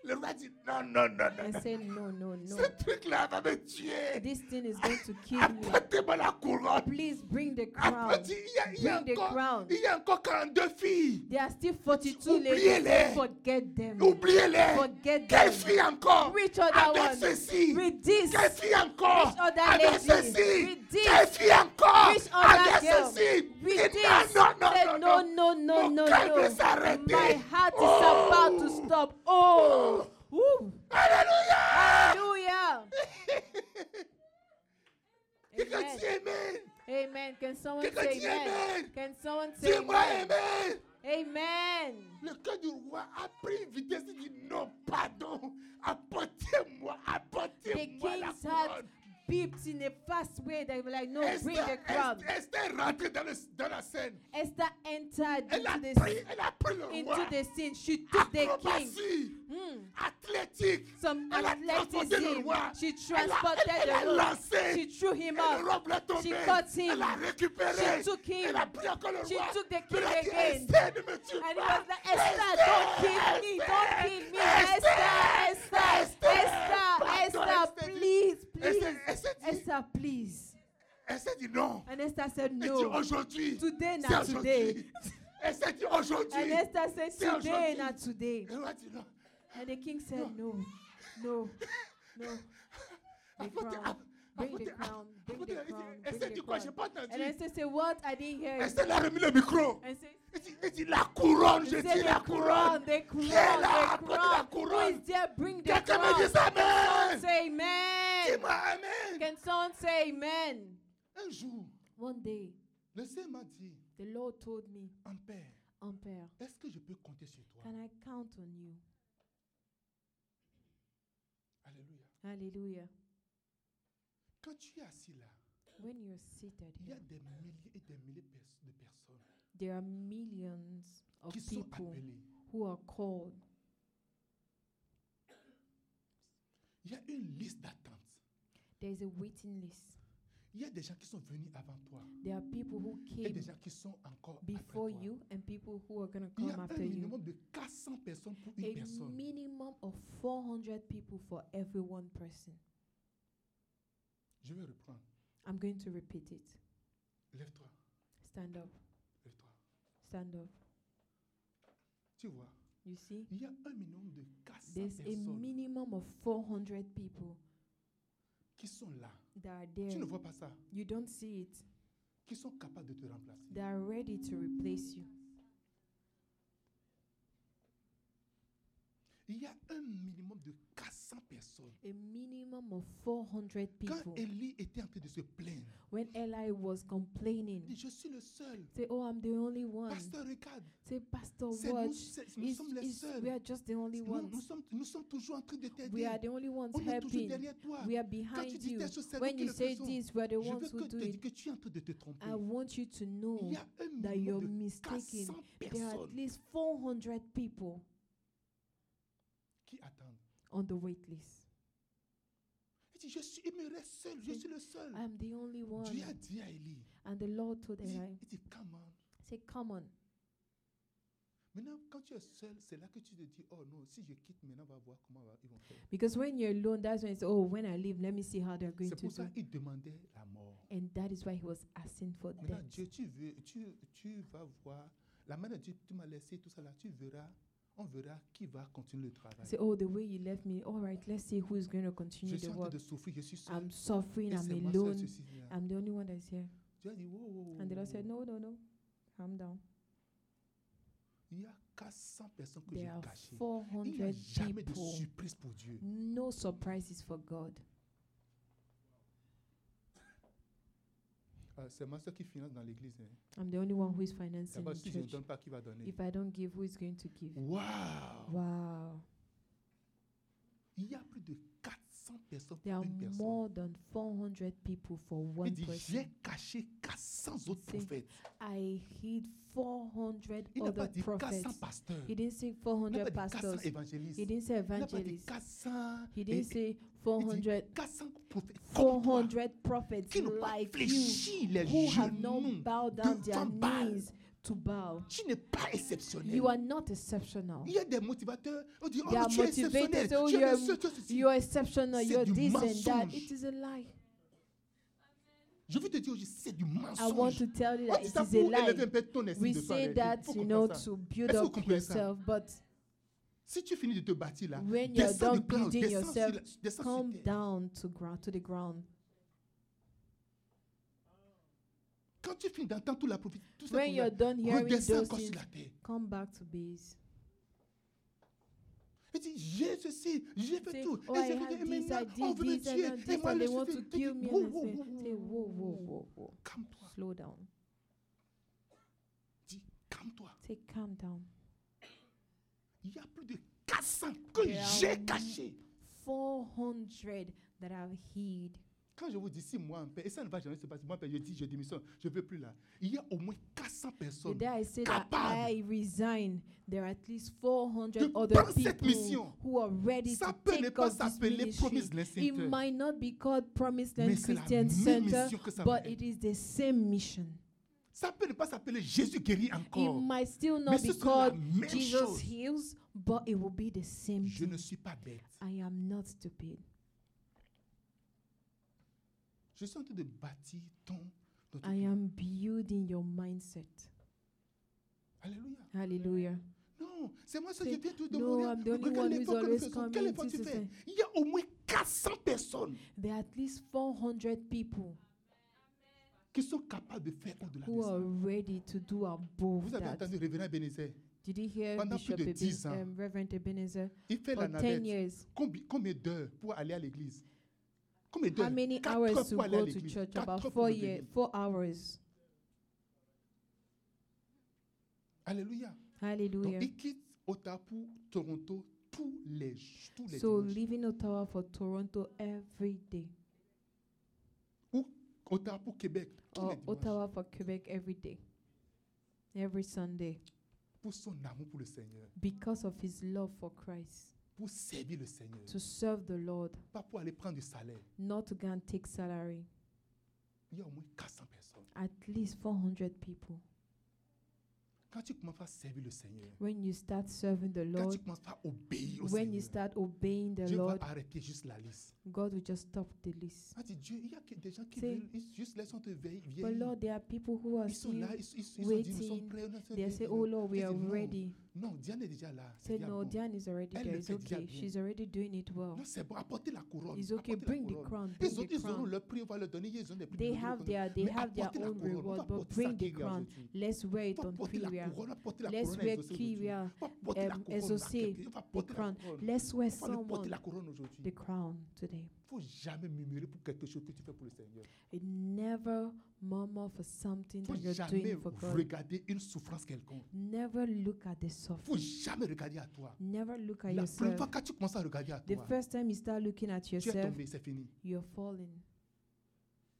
Le roi dit non, non, non, non,
I
non.
said, no, no, no.
Ce truc-là va me tuer.
This thing is going to kill me.
Apportez-moi la couronne.
Please bring the
Après,
crown.
tu- il y a- il y a
Bring the
encore-
crown.
il y a encore 42 filles.
There are still 42
Oubliez-les.
ladies. Forget them.
Oubliez-les.
Forget
Quelle
them.
fille encore
Which other
Avec
one?
ceci.
Read this.
Quelle fille encore
Which other
Avec
lady?
ceci.
With this.
Quelle fille encore
Which other
Avec
girl?
ceci.
With
Et
this.
Non,
Say,
non, non,
no,
non,
no, no,
Mon
no,
cœur veut
no.
s'arrêter.
My heart is
Oh.
about to stop. Oh. Ah. Woo.
Alléluia.
Hallelujah.
Quelqu'un
Amen.
dit Amen.
Amen. Can someone
Quelqu'un
say
dit
amen?
amen.
Can someone say
Dis-moi
amen?
Amen.
Amen.
Le cœur du roi a pris une vitesse. Il dit non, pardon. Apportez-moi,
The
apportez-moi la
king's heart
couronne.
beeped in a fast way. They were like, no, bring the
Esther,
crown.
Esther, Esther est rentrée dans, le- dans la scène.
Esther entered
Elle a,
into the,
pris,
s-
elle a pris le
into
roi.
the scene. She took the king.
Acrobatie,
Mm.
athlétique.
Some
Elle a transporté le
athleticism.
roi.
She
Elle l'a- elle-
transported
elle
the
l'a
rope.
lancé.
She threw
Et
him
le
up.
roi l'a tombé.
She caught him.
Elle l'a récupéré.
She took him.
Elle a pris encore le
She
roi.
took the
Puis elle a
king
dit,
again.
Esther, ne me tue
And he
pas.
was like, Esther, don't kill me, don't kill me. Esther, Esther, Esther, Esther,
Pardon, dit-
please, please.
Esther, Esther dit-
Esther, please.
Esther dit non.
And Esther said,
Elle dit
no.
aujourd'hui.
Today,
c'est
not today.
aujourd'hui. Esther dit aujourd'hui.
And Esther said,
C'est
today,
aujourd'hui.
not today.
Le roi dit non.
And the king said, no, no, no. The
Apportez-
crown. Bring the
apportez-
crown. Bring
apportez-
the crown. Bring
Esther
the
dit quoi? J'ai
crown.
pas entendu.
And Esther said, what? I didn't hear it.
Esther a remis le micro.
And said,
Il dit, il dit, la couronne, je
Say
dis la
the
couronne.
crown, the
Qui
crown,
est là?
the
Apportez la
crown. Who is
couronne.
there? Bring the
Quelqu'un me
crown.
dit Amen.
Say amen.
Dis-moi Amen.
Can someone say amen?
Un jour,
One day,
le Seigneur m'a dit,
the Lord told me,
en père,
Ampère,
est-ce que je peux compter sur toi?
can I count on you?
Alléluia.
Hallelujah.
Quand tu es assis là,
When you're seated
il y
here,
a des milliers et des milliers pers- de personnes
there are millions of
qui sont
people
appelées.
who are called.
Il y a une liste d'attente.
There is a waiting list.
Il y a des gens qui sont venus avant toi
There are people who
et
came
des gens qui sont encore
before
après toi.
you and people who are going to
Il y
come
a un
after you.
minimum de 400 personnes pour une
A
personne.
minimum of 400 people for every one person.
Je vais reprendre.
I'm going to repeat it.
Lève-toi.
Stand up.
Lève-toi.
Stand up.
Tu vois,
You see?
il y a un minimum de 400
There's a
personnes
minimum of 400 people
qui sont là.
that are
Tu ne
there.
vois pas ça.
You don't see it.
Qui sont capables de te remplacer.
They are ready to replace you.
Il y a un minimum de 400 personnes.
A minimum of 400
Quand
people.
Élie était en train de se plaindre,
When Eli was complaining,
il dit, je suis le seul.
say, Oh, I'm the only one.
Pasteur, regarde.
Say, Pastor,
C'est nous,
watch.
c'est- nous
It's,
sommes les
it's,
seuls.
we are just the only
Nous, nous
ones.
sommes, nous sommes toujours en train de
We
t'aider.
are the only ones
On est toujours
helping.
derrière toi.
We are
Quand tu
behind
dis
you.
tes choses, c'est nous
When
qui
you
le
say
faisons.
this, we are
Je
the ones
veux
who
que
do
te
it.
dire que tu es en train de te tromper.
I want you to
Il
know
y a un
that you're
minimum de
mistaken.
400
There are at
personnes
least 400 people
qui attendent.
on the wait list.
Il dit, je suis, il me reste seul, je
C'est-
suis le seul.
I'm the only one.
Dieu a dit à Élie,
And the Lord told
il dit,
Eli,
il dit, come on,
say, come on,
Maintenant, quand tu es seul, c'est là que tu te dis, oh non, si je quitte, maintenant, on va voir comment va- ils vont faire.
Because when you're alone, that's when it's, oh, when I leave, let me see how they're going
C'est
to
pour
do.
ça qu'il demandait la mort.
And that is why he was asking for
Maintenant,
death.
Dieu, tu, veux, tu, tu vas voir, la main de Dieu, tu m'as laissé tout ça là, tu verras, on verra qui va continuer le travail.
Say, oh, the way you left me, all right, let's see who is going to
Je
continue
suis
the
en train
work.
de souffrir, je suis seul.
I'm suffering,
Et
I'm
c'est moi seul,
alone,
ceci, là.
I'm the only one that's here.
Dieu a dit, wow, wow, wow,
And the Lord
wow,
said,
wow.
no, no, no, calm down.
il y a 400 personnes que j'ai
There are
cachées. Il n'y a
400
jamais de
people.
surprise pour Dieu.
No surprises for God.
Ah, c'est moi seul qui finance dans l'église. Hein.
I'm the only one who is financing
D'abord,
the
si je ne
church.
donne pas, qui va donner
If I don't give, who is going to give?
Waouh
Wow.
Il y a plus de 400 personnes pour
There are
une personne.
more than 400 people for one
Il dit, j'ai
person.
caché 400 autres
C'est-
prophètes.
I hid 400
Il n'a pas
other
dit 400
prophets.
pasteurs.
He didn't say
Il n'a
400
pas dit 400
pastors.
évangélistes.
He didn't say
Il n'a pas dit
evangelists.
400
He
et-
didn't say
il dit
400,
400 prophètes
ah.
comme toi,
400 prophets
qui n'ont pas
like you Hmm.
fléchi les
who have
genoux
not bowed down their
devant Baal.
knees to bow.
Tu n'es pas exceptionnel.
You are not exceptional.
Il y a des motivateurs. On dit, oh,
They are
tu es
motivated,
exceptionnel.
so
tu
you
es
are-
ce, tu es ceci.
You are exceptional.
C'est
You are
du
this and that.
mensonge.
It is a lie.
Je veux te dire aujourd'hui, c'est du
I want
mensonge.
to tell you
On
that
dit
it
ça
is
pour
a lie.
élever un peu ton estime
We
de soi.
say
mais
that,
faut
you know,
comprendre ça.
to build
Est-ce que vous
up
comprenez ça?
yourself, but
Si tu finis de te bâtir là,
when you're
descends
done
du plan,
building
descends sur
yourself,
la- descends sur
come
terre.
down to ground to the ground.
Quand tu finis d'entendre tout la prophétie, tout ça,
When you're done hearing those
redescends encore
things,
sur la terre.
come back to base.
Il dit, j'ai ceci, j'ai fait
Say,
tout.
oh,
et
I
j'ai
have
fait, et
this, I
maintenant, on
did
veut me
this,
tuer.
I did
Et
this,
moi,
and
le
they want to
Jésus,
kill me.
wow,
And I
wow,
say,
wow,
say, whoa, whoa, whoa, whoa,
calme-toi.
slow down.
Dis, calme-toi.
Say, calm down.
Il y a plus de 400 que
There are
j'ai
more-
cachés.
400 that I've hid.
Quand je vous dis six mois en paix, et ça ne va jamais se passer, moi, en paix, je dis, je démissionne, je ne veux plus là. Il y a au moins 400
The
personnes
day I say that
capable.
I resign, there are at least 400
De
other
prendre cette
people
mission.
who are ready
Ça
to
peut ne
take
pas
up this
s'appeler
ministry.
Promised Land
It
Center,
might not be called Promised
mais
Land
c'est la
Christian
même
Center,
mission que ça va
but
être.
it is the same mission.
Ça peut ne pas s'appeler Jésus guérit
It
encore.
might still
Mais
not be
ce sera la
called
même
Jesus
chose.
heals, but it will be the same
Je ne
thing.
suis pas bête.
I am not stupid.
Je suis en train de bâtir ton... notre-
I am building your mindset.
Alléluia.
Hallelujah.
Non, c'est moi seul,
Say,
je viens tout de
"No,
mourir.
I'm the only
Regarde
one who's
l'effort que nous
always
faisons.
coming
Quel effort
to
tu fais
sustain."
Il y a au moins 400 personnes
There are at least 400 people
qui sont capables de faire au-delà de
who
ça.
are ready to do above
Vous avez
that.
entendu Révérend Bénézé
Did you hear
Pendant plus
Bishop
de
Eben-
10 ans.
um, Reverend Ebenezer?
Il fait
For
la
10
navette.
years,
Combi- Combien d'heures pour aller à l'église Combien d'heures
how many
Quatre heures
hours to
pour aller à
go to
l'église.
church?
Quatre heures
About
pour
four
revenir.
years, four hours.
Alléluia. Donc,
Hallelujah.
il quitte Ottawa pour Toronto tous les, tous les
So
dimanches.
leaving Ottawa for Toronto every day,
Ou Ottawa pour Québec tous les
or
dimanches.
Ottawa for Quebec every day, every Sunday,
Pour son amour pour le Seigneur.
because of his love for Christ,
Pour servir le Seigneur.
to serve the Lord,
Pas pour aller prendre du salaire.
not to go and take salary.
Il y a au moins 400 personnes.
At least 400 people.
Quand tu commences à servir le Seigneur,
When you start serving the
quand tu
Lord,
commences à obéir au
when you
Seigneur,
start obeying the
Dieu va
Lord,
arrêter juste la liste.
God will just stop the list.
Ah, dit Dieu, il y a que des gens qui
Say,
veulent, ils juste laissent on te veille-
But
vieillir.
Lord, there are people who are
Ils sont
still
là, ils, ils, ils ont dit, nous
waiting.
sommes prêts. nous sommes
They
prêts.
say, Oh Lord, we
They
are
say, "Non,
ready.
Non, Diane est déjà là. c'est
Say,
déjà
No,
bon.
Diane is already
Elle
there.
le
It's
fait déjà
okay.
bien.
She's already doing it well.
Non, c'est bon, apportez la couronne.
It's okay.
apportez la
Bring the
couronne.
crown.
Ils,
Bring
ont,
the
ils auront
crown.
leur prix, on va leur donner, ils ont des prix.
They
ils auront
have
des
their they
Mais
have their
apportez la
own
couronne, on va
reward,
apporter ça
but
qui
bring the
regarde
crown.
aujourd'hui.
Let's wear it
On va
on
apporter la
Kyria.
couronne, on va apporter la
Let's
couronne à
wear
Exaucé aujourd'hui.
Kyria,
On va apporter la
um,
couronne à
Exaucé,
quelqu'un, on va
The
apporter la
crown.
couronne.
Let's
On
wear
va lui porter
someone
la couronne aujourd'hui.
the crown today.
faut jamais murmurer pour quelque chose que tu fais pour le Seigneur.
It never murmur for something
faut
that you're
jamais
doing for God.
regarder une souffrance quelconque.
Never look at the
faut
suffering.
jamais regarder à toi.
Never look at
La première
yourself.
fois quand tu commences à regarder à
The
toi,
first time you start looking at
tu es
yourself,
tombé, c'est fini.
you're falling.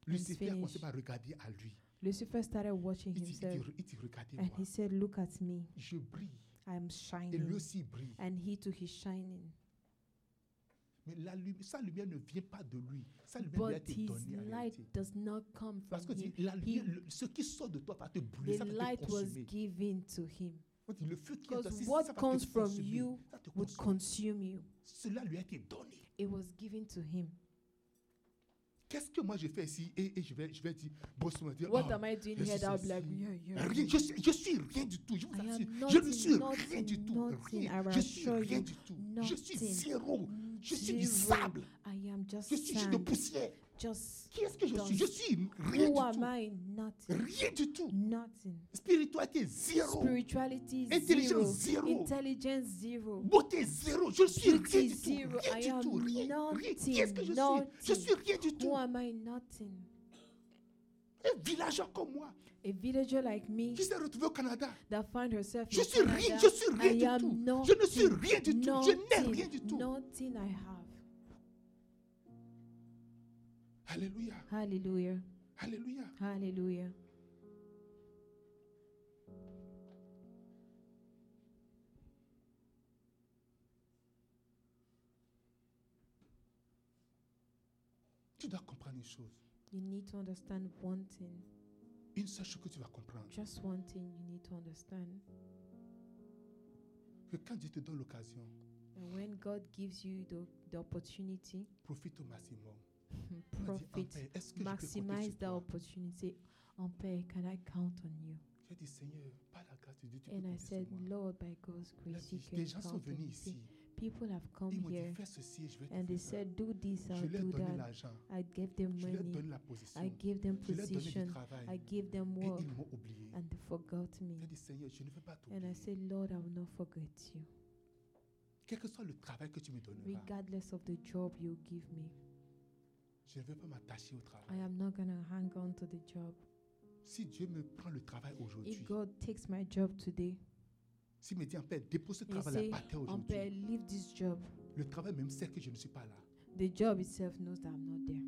Lucifer a commencé
finished.
par regarder à lui.
Lucifer started watching
Il dit, il
himself
dit, il dit,
and Mm.
regardez-moi.
he said, Look at me.
Je brille. Et
I'm
lui
shining.
aussi brille.
And he too is shining.
Mais la lumi- sa lumière ne vient pas de lui. Sa lumière lui a
But
été
his
donnée en
light
réalité.
does not come from
Parce que
him.
dit, la
He-
lumière, le- ce qui sort de toi va te brûler,
The
ça va te
light was
consumer.
given to him.
On dit, le feu qui est
Because
assis,
what
ça va te
comes from
consumer.
you
Ça te
would
consume.
consume you.
Cela lui a été donné.
It was given to him.
Qu'est-ce que moi je fais ici et, et je vais je vais dire boss on va dire
What
ah,
am I doing
je
here?
suis
That would be
ceci.
like, yeah, yeah,
rien,
yeah.
je suis je suis rien du tout. Je vous
I am
assure, je ne
nothing,
suis rien
nothing,
du tout.
nothing,
Rien.
I
Je suis
assure
rien
you,
du tout. Je suis
nothing.
zéro. Je suis du
Zero.
sable.
I am just
Je suis juste de
sand.
poussière.
Just
Qui est-ce que je
dust.
suis Je suis rien
who
du
am
tout.
I? Nothing.
Rien du tout.
Nothing.
Spiritualité zéro.
Spirituality
Intelligence
zero.
zéro.
Intelligence zero.
Beauté zéro. Je suis rien
Beauty
du tout.
zero.
Rien
I
du
am
tout. Rien. rien. Qui est-ce que je
nothing,
suis Je suis rien du tout.
Who am I? Nothing.
Un villageois comme moi
A villager like me
qui s'est retrouvé au Canada.
that found herself
Je
in
suis rien.
Canada,
Je suis rien
I
du
am
tout.
nothing,
Je ne suis rien du tout. Je n'ai
nothing,
rien du tout.
Nothing I have.
Alléluia.
Hallelujah.
Alléluia.
Hallelujah.
Tu dois comprendre une chose.
You need to understand one thing.
Une seule chose que tu vas comprendre.
Just one thing you need to understand.
Que quand Dieu te donne l'occasion,
And when God gives you the, the opportunity,
profite au maximum. Tu vas dire,
profit,
Père, Est-ce que je peux compter sur
maximize that
toi?
opportunity. Ampere, can I count on you?
J'ai dit, Seigneur, par la grâce de Dieu, tu peux
And I
compter
said,
sur moi.
Lord, by God's
La
grace, you
vie-
can
des gens sont
count on
venus
me.
ici.
People have come
Ils m'ont
here
dit, fais ceci et je vais te
and they
faire ça.
said, do this, I'll
Je leur ai
do
donné
that.
l'argent.
I gave them
Je leur ai
money.
donné la
I
position.
gave them
Je leur ai donné du
position. I
travail.
gave them
Et
work.
ils m'ont oublié.
And they forgot
J'ai
me.
dit, Seigneur, je ne veux pas
And I
t'oublier.
said, Lord, I will not forget you.
Quel que soit le travail que tu me donneras,
Regardless of the job you give me,
je ne veux pas m'attacher au travail.
I am not going to hang on to the job.
Oh, Si Dieu me prend le travail aujourd'hui,
If God takes my job today,
s'il me dit, en paix, dépose ce
You
travail
see,
à terre
on better
aujourd'hui,
leave this job.
le travail même sait que je ne suis pas là.
The job itself knows that I'm not there.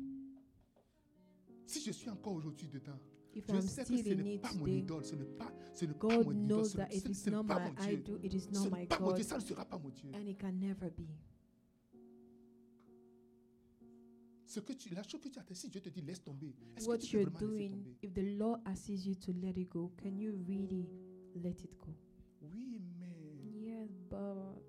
Si je suis encore aujourd'hui dedans,
If
je
I'm
sais que
still
ce
in
n'est
it
pas mon
today,
idole, ce n'est pas, ce n'est pas mon
God
idole,
knows
ce
that
n'est-
it
ce-
is
ce n'est
not
pas
my
mon Dieu.
idol, it is
Ce
not
n'est
my
pas mon
God,
Dieu, ça ne sera pas mon Dieu.
and it can never be.
Ce que tu, la chose que tu as fait, si Dieu te dit laisse tomber, est-ce que
What
tu
you're
peux vraiment laisser
doing,
tomber
if the Lord asks you to let it go, can you really let it go?
Oui, mais
Yes, but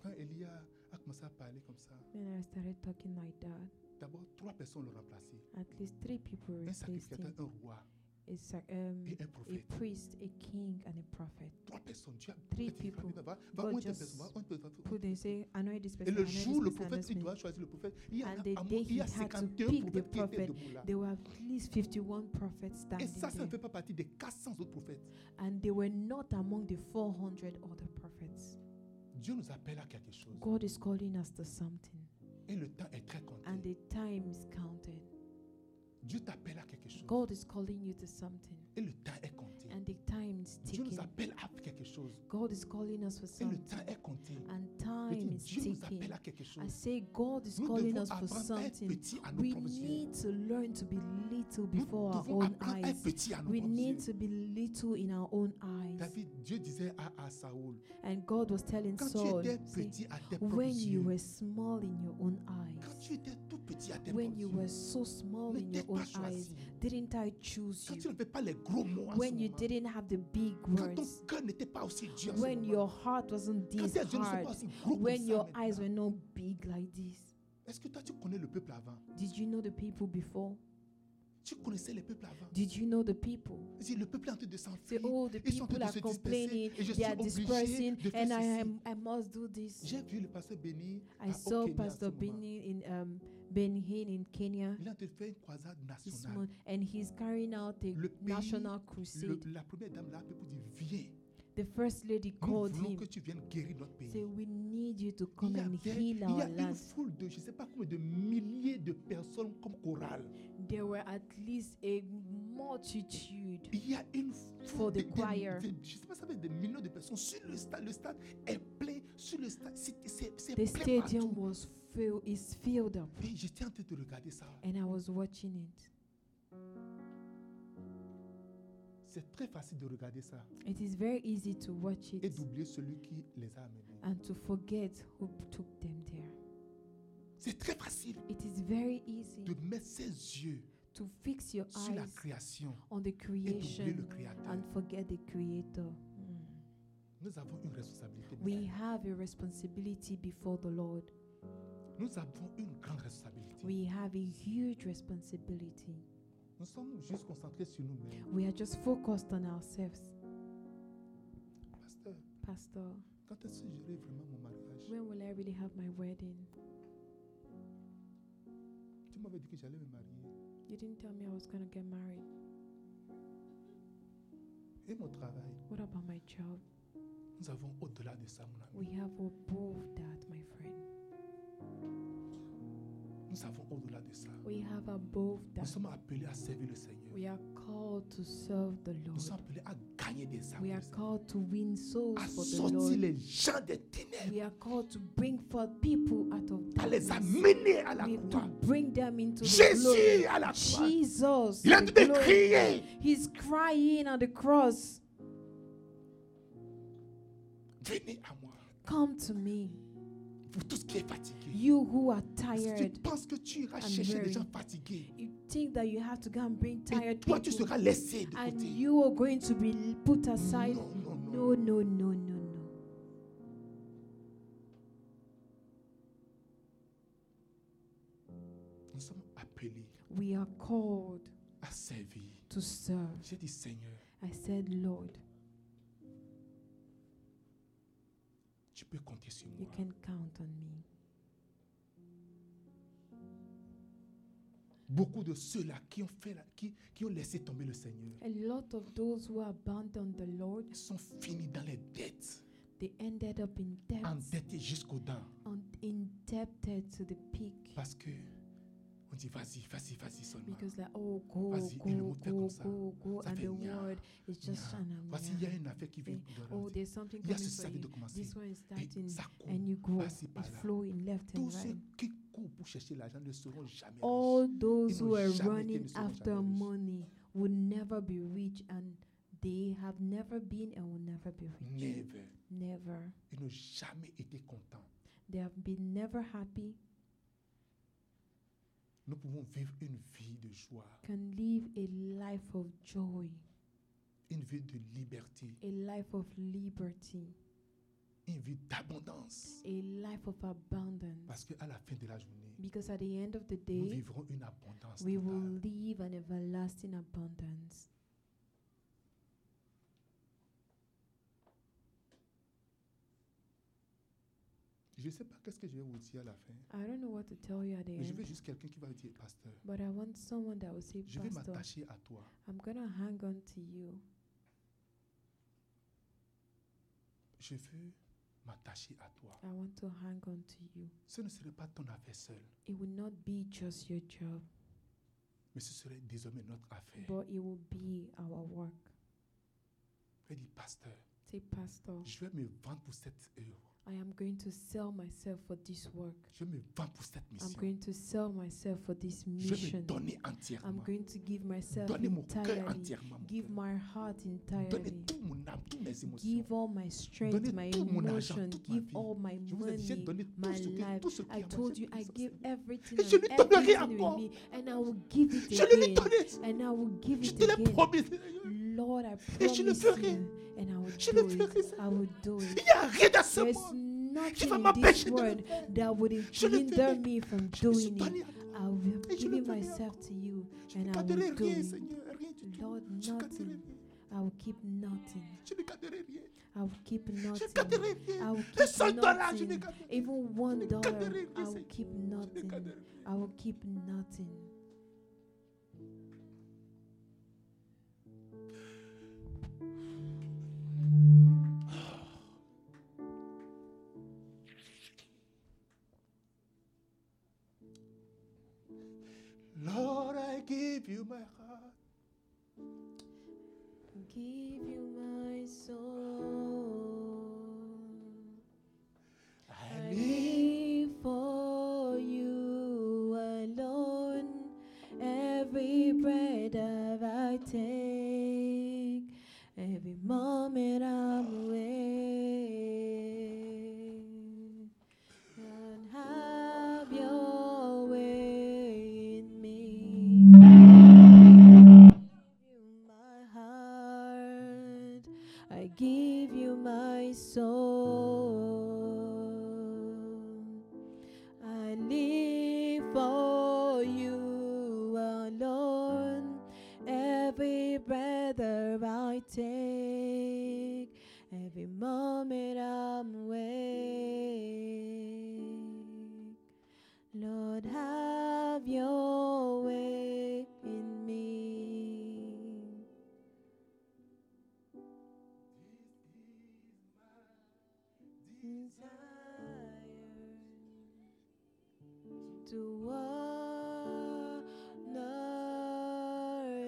quand Elia a commencé à parler comme ça,
when I started talking like that,
d'abord trois personnes l'ont remplacé.
at least three people
Un
replaced
sacrificateur,
him.
un roi
A, sac- um,
et un
a
prophète.
priest, a king, and a prophet.
Trois personnes. Tu as
Three
tu as frappé, va-
people.
va-
God
on te
just
personne, va- on te- va-
Put they say, annoy this
Et
person,
le
annoy this
jour, le
person, annoy
prophète,
this
il
man.
doit choisir le prophète. Il y en a,
And the
à mon-
day
il y a
he had to
51
pick the
prophètes qui étaient
prophet,
debout là.
There were at least 51 prophets
Et
standing
ça, ça ne
there,
fait pas partie des 400 autres prophètes.
and they were not among the 400 other prophets.
Dieu nous appelle à quelque chose.
God is calling us to something,
Et le temps est très
and
compté.
the time is counted.
Dieu t'appelle à quelque chose.
God is calling you to something,
Et le temps est compté.
and the time is
Dieu nous
ticking.
appelle à quelque chose.
God is calling us for
Et le
something,
temps est compté.
and
Je dis,
time is
Dieu nous
ticking.
appelle à quelque
I
chose.
say, God is
Nous
calling
devons
us for
apprendre à être
something.
petits à nos
We
propres yeux.
need to learn to be little
Nous
before our
devons
own
apprendre à être
eyes.
petits à nos
We
propres yeux.
need to be little in our own eyes.
David, Dieu disait à, à Saoul,
And God was telling
quand
Saul,
tu étais
say,
petit à tes propres
when you
yeux,
were small in your own
quand
eyes,
tu étais tout petit à tes propres
when you were
yeux,
so small
ne
in your
t'es pas
own
choisi.
eyes, didn't I choose
Quand tu
you?
ne fais pas les gros mots en ce
When you
moment,
didn't have the big
quand ton
words,
cœur n'était pas aussi dur en ce
when
moment,
your heart wasn't
quand
this
tes yeux ne sont
hard,
pas aussi gros comme
when
ça
your
maintenant,
eyes were not big like this.
Est-ce que toi tu connais le peuple avant
Did you know the people before?
Tu connaissais le peuple avant
Did you know the people?
Si le peuple est en train de
Say,
s'enfuir,
oh, the
ils sont en train
people
de
are
se disperser
complaining,
et je suis
they are
obligé
dispersing,
de faire
and I
ceci.
am, I must do this.
J'ai vu le pasteur Béni
I
à
saw
Okenya en ce
Pastor
moment.
Benny in um, Ben Hinn in Kenya.
Il a fait une croisade
this
nationale.
month, and he's carrying out a
Le pays,
national
Le-
crusade.
la première dame l'a appelé pour dire Viens,
The first lady
nous
called
voulons
him,
que tu viennes guérir notre
say,
pays.
"We need you to
Il
come
y, avait,
and
il
heal
y
our
a une
land."
foule de, je ne sais pas combien, de milliers de personnes comme chorale.
There were at least a multitude.
Il y a une foule
For the
de, de-
choir.
de- je sais pas, ça fait des millions de personnes sur le stade. Le stade est plein. Sur le stade, c'est c'est- c'est
The
plein
stadium
partout.
was filled, is filled up,
Et j'étais en train de regarder ça.
and I was watching it.
C'est très facile de regarder ça
It is very easy to watch
et
it
d'oublier celui qui les a amenés.
and to forget who took them there.
C'est très facile
It is very
de
easy
mettre ses yeux
to fix your
sur la
eyes
création
on the
et d'oublier le
creation
Créateur.
and forget the Creator. Mm.
Nous avons une responsabilité.
We
mesdames.
have a responsibility before the Lord.
Nous avons une grande responsabilité.
We have a huge responsibility.
Nous sommes juste concentrés sur nous-mêmes.
We are just focused on ourselves.
Pasteur,
Pastor,
quand est-ce que j'aurai vraiment mon mariage
when will I really have my wedding?
Tu m'avais dit que j'allais me marier.
You didn't tell me I was going to get married.
Et mon travail,
What about my job?
nous avons au-delà de ça, mon ami.
We have above that, my friend.
Nous avons au-delà de ça.
We have above
Nous
that.
sommes appelés à servir le Seigneur.
We are called to serve the
Nous sommes
Lord.
appelés à gagner des âmes.
We are called to win souls
à
for the
sortir
Lord.
les gens des ténèbres,
We are called to bring forth people out of
à les
darkness.
amener à la
We
croix.
to bring them into the
Jésus
glory.
à la croix.
Jesus,
Il a
the
tout
glory.
crié.
He's crying on the cross,
Venez à moi.
"Come to me,
Pour tout ce qui est fatigué.
you who are
Si tu
tired."
penses que tu iras
I'm
chercher des
weary.
gens fatigués,
You think that you have to go and bring
et
tired
toi tu
people,
seras laissé de
and
côté.
you are going to be put aside.
Non, non, non.
No, no, no, no, no.
Nous sommes appelés
We are called
à servir.
to serve.
J'ai dit Seigneur,
I said, Lord,
tu peux compter sur
you
moi.
can count on me.
Beaucoup de ceux-là qui ont fait, la- qui, qui ont laissé tomber le Seigneur,
A lot of those who abandoned the Lord,
ils sont finis dans les dettes,
they ended up in debt,
endettés jusqu'aux dents,
and indebted to the peak.
parce que on dit vas-y, vas-y, vas-y seulement.
Because like, oh, go,
Vas-y, et le
go,
monde fait comme
go,
ça.
go, go,
Ça
and
fait
the
nya,
word is just
nya.
trying to
Voici, il y a une affaire qui vient
Et-
de
Oh,
rentrer.
there's something
Il y a
coming
ce
for
service de
you.
commencer.
This one is
Et
starting,
ça court.
and you grow.
Par-ci,
It's
par-là.
flowing left
Tous
and
ceux
right.
qui courent pour chercher l'argent ne seront jamais riches.
All those
n'ont
who are
jamais été, ne
running
seront
after
jamais riches.
money will never be rich, and they have never been and will never be rich.
Never.
Never.
Ils n'ont jamais été contents.
They have been never happy.
Nous pouvons vivre une vie de joie,
Can live a life of joy,
une vie de liberté,
a life of liberty,
une vie d'abondance.
a life of abundance.
Parce qu'à la fin de la journée,
Because at the end of the
nous
day,
vivrons une abondance.
we will
totale.
live an everlasting abundance.
Je ne sais pas qu'est-ce que je vais vous dire à la fin,
I don't know what to tell you at the
mais je veux
end,
juste quelqu'un qui va dire, pasteur,
but I want someone that will say,
je vais
Pastor,
m'attacher à toi.
I'm gonna hang on to you.
Je veux m'attacher à toi.
I want to hang on to you.
Ce ne serait pas ton affaire seule,
It will not be just your job,
mais ce serait désormais notre affaire.
but it will be our work.
Je dis, pasteur,
Say, Pastor,
je vais me vendre pour cette œuvre.
I am going to sell myself for this work.
Je me vends pour cette
I'm
mission.
going to sell myself for this
Je vais me
mission.
donner
I'm
entièrement.
going to give myself
Donner mon cœur
entirely.
entièrement. mon
Give
cœur.
my heart
Donner
entirely.
toute mon âme, toutes mes émotions.
Give all my strength,
Donner
my
tout mon argent,
emotion.
toute ma
Give
vie.
all my
Je vous ai dit, j'ai
money,
donné tout
my
ce que,
life.
tout ce qui
I
est à moi,
told
j'ai
you
donné
I
ça,
gave
Seigneur.
everything
Et je lui
and
donnerai
everything
encore.
with me, and I will give it
Je lui ai
again,
donné.
and I will give
Je
it
te l'ai
again.
promis. Seigneur.
Lord, I
Et je le
promise
ferai.
you, and I will
Je le
do
ferai,
it.
Seigneur.
I will do
Il
it.
n'y a rien dans ce
There's
monde.
nothing
vas
in
m'empêcher
this
de le
world
faire.
that would
Je le ferai.
hinder me from
Je me suis
doing it.
donné à toi.
I will have
Et je le
given
ferai
myself to you,
Je ne
and I will
garderai
do
rien,
it.
Seigneur. Rien du tout.
Lord,
Je ne garderai
nothing.
rien.
I will keep nothing.
Je ne garderai rien.
I will keep
Je
nothing.
ne garderai
I
rien.
will
Un
keep
seul dollar, je ne
nothing.
garderai rien.
Even one
Je ne
dollar,
garderai
I
rien,
will
Seigneur.
keep
Je ne
nothing.
garderai rien.
I will keep nothing.
Lord, I give you my heart.
Give you my soul.
I
I
live
live for you alone. Every breath that I take, every moment I'm awake. And have your way in me. Give you my heart. I give you breath that I take, every moment I'm awake. Lord, have your way in me. Desire to honor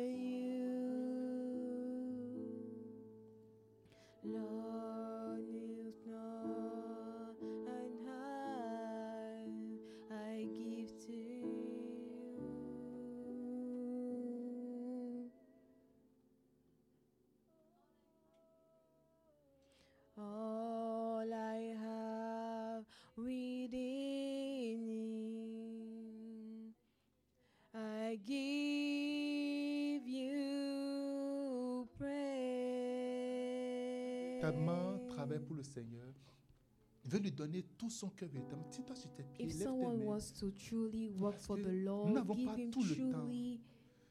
you. Lord, you know and I, I give to you. All I have within you, I give you praise.
Ta main travaille pour le Seigneur. Veut lui donner tout son cœur véritablement. Tiens-toi sur tes pieds,
If
lève tes
someone
mains.
wants to truly work
Parce
for
que
the
nous
Lord,
n'avons
give
pas
him
tout le temps.
truly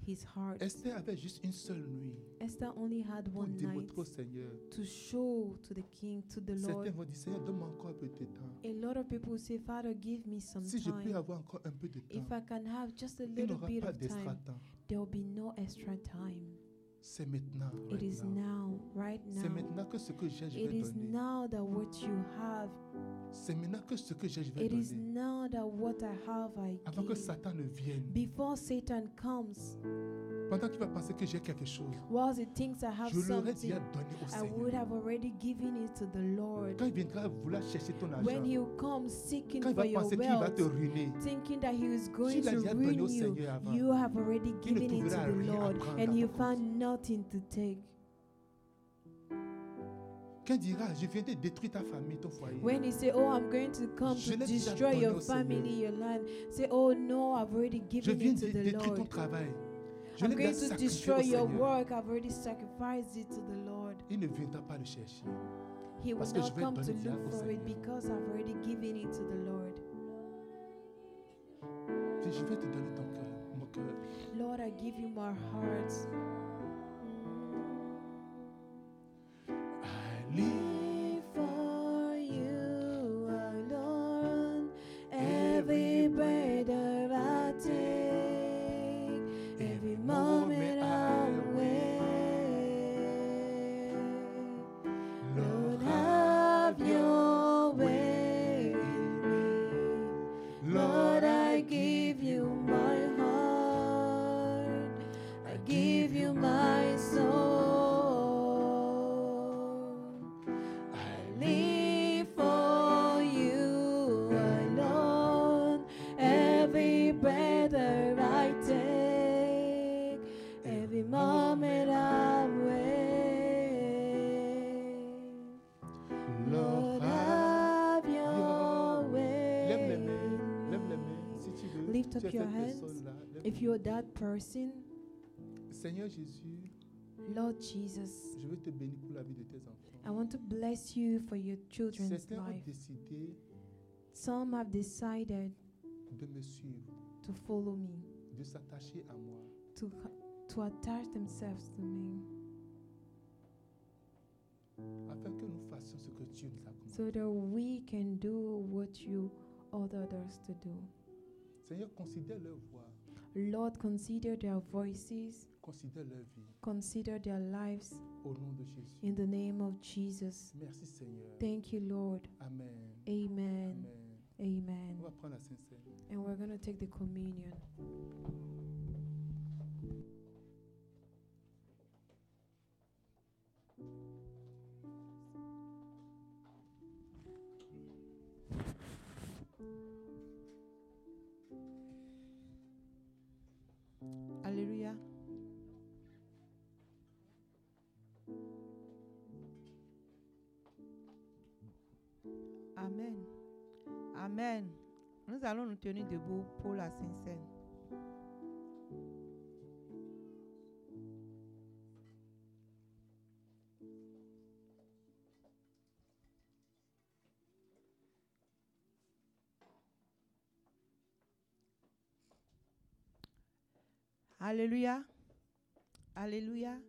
his heart.
Esther avait juste une seule nuit
Esther only had
pour
one night
démontrer au Seigneur.
to show to the king, to the
Certains
Lord.
vont dire, Seigneur, donne-moi encore un peu de temps.
A lot of people say, Father, give me some
Si je peux
time.
avoir encore un peu de temps,
If I can have just a
il
little
n'aura
bit
pas
of
d'extra
time,
temps.
there will be no extra time.
C'est maintenant.
It
right
is
now.
now, right
C'est
now.
maintenant que ce que j'ai, je
It
vais
is
donner.
now that what you have,
C'est maintenant que ce que j'ai, je vais
it is
donner.
now that what I have, I
Avant que
give.
Satan ne vienne.
Before Satan comes,
Pendant qu'il va penser que j'ai quelque chose,
whilst he thinks I have
je l'aurais déjà
something,
donné au
I would
Seigneur.
have already given it to the Lord.
Quand il viendra vouloir chercher ton argent,
When he comes seeking
quand il
for
va
your
penser qu'il va te
wealth,
ruiner,
thinking that he is going
tu l'as
to
déjà donné
ruin
au
you,
Seigneur avant.
you have already
Il ne
given it to
trouvera
the
rien à
Lord,
prendre à
and
ta
you
cause.
found nothing to take.
Quand il dira, je viens de détruire ta famille, ton foyer,
When you say, "Oh, I'm going to come
Je
to
l'ai déjà
destroy
donné
your
au Seigneur.
family, your land," say, "Oh no, I've already
je
given
viens
it
de
to the
détruire ton
Lord.
travail, je
I'm
l'ai déjà
going to
sacrifié au
destroy your
Seigneur.
work. I've already sacrificed it to the Lord."
Il ne viendra pas le chercher.
He will
Parce que je
not
vais
come
donner
to
déjà au
look for
Seigneur.
it because I've already given it to the Lord.
Je dis, je vais te donner ton cœur, mon cœur.
Lord, I give you my heart.
I live
For you alone,
Every
every breath that I take, every moment I wait. Lord, have your way in me. Lord, I give you my heart. I give you my soul. I live for you alone. Every breath that I take, every moment I'm awake. Lord,
Lord, I-
have your way.
Lève les mains, lève les mains, si tu veux.
Lift
tu
up
es
your
cette
hands.
personne-là, lève-
If you're that person,
Seigneur Jésus,
Lord Jesus,
je veux te bénir pour la vie de tes enfants.
I want to bless you for your children's
Certains ont
life.
décidé
Some have decided
de me suivre,
to follow me,
de s'attacher à moi.
to to attach themselves to me,
afin que nous fassions ce que Dieu nous a commandé.
so that we can do what you ordered us to do.
Seigneur, considère leur voix,
Lord, consider their voices,
considère leur vie,
consider their lives
au nom de Jésus.
in the name of Jesus.
Merci Seigneur.
Thank you, Lord.
Amen.
Amen.
Amen.
Amen.
On va prendre la Sainte Seine.
And we're going to take the communion. Hallelujah.
Amen. Amen. Nous allons nous tenir debout pour la Sainte Seine. Alléluia. Alléluia.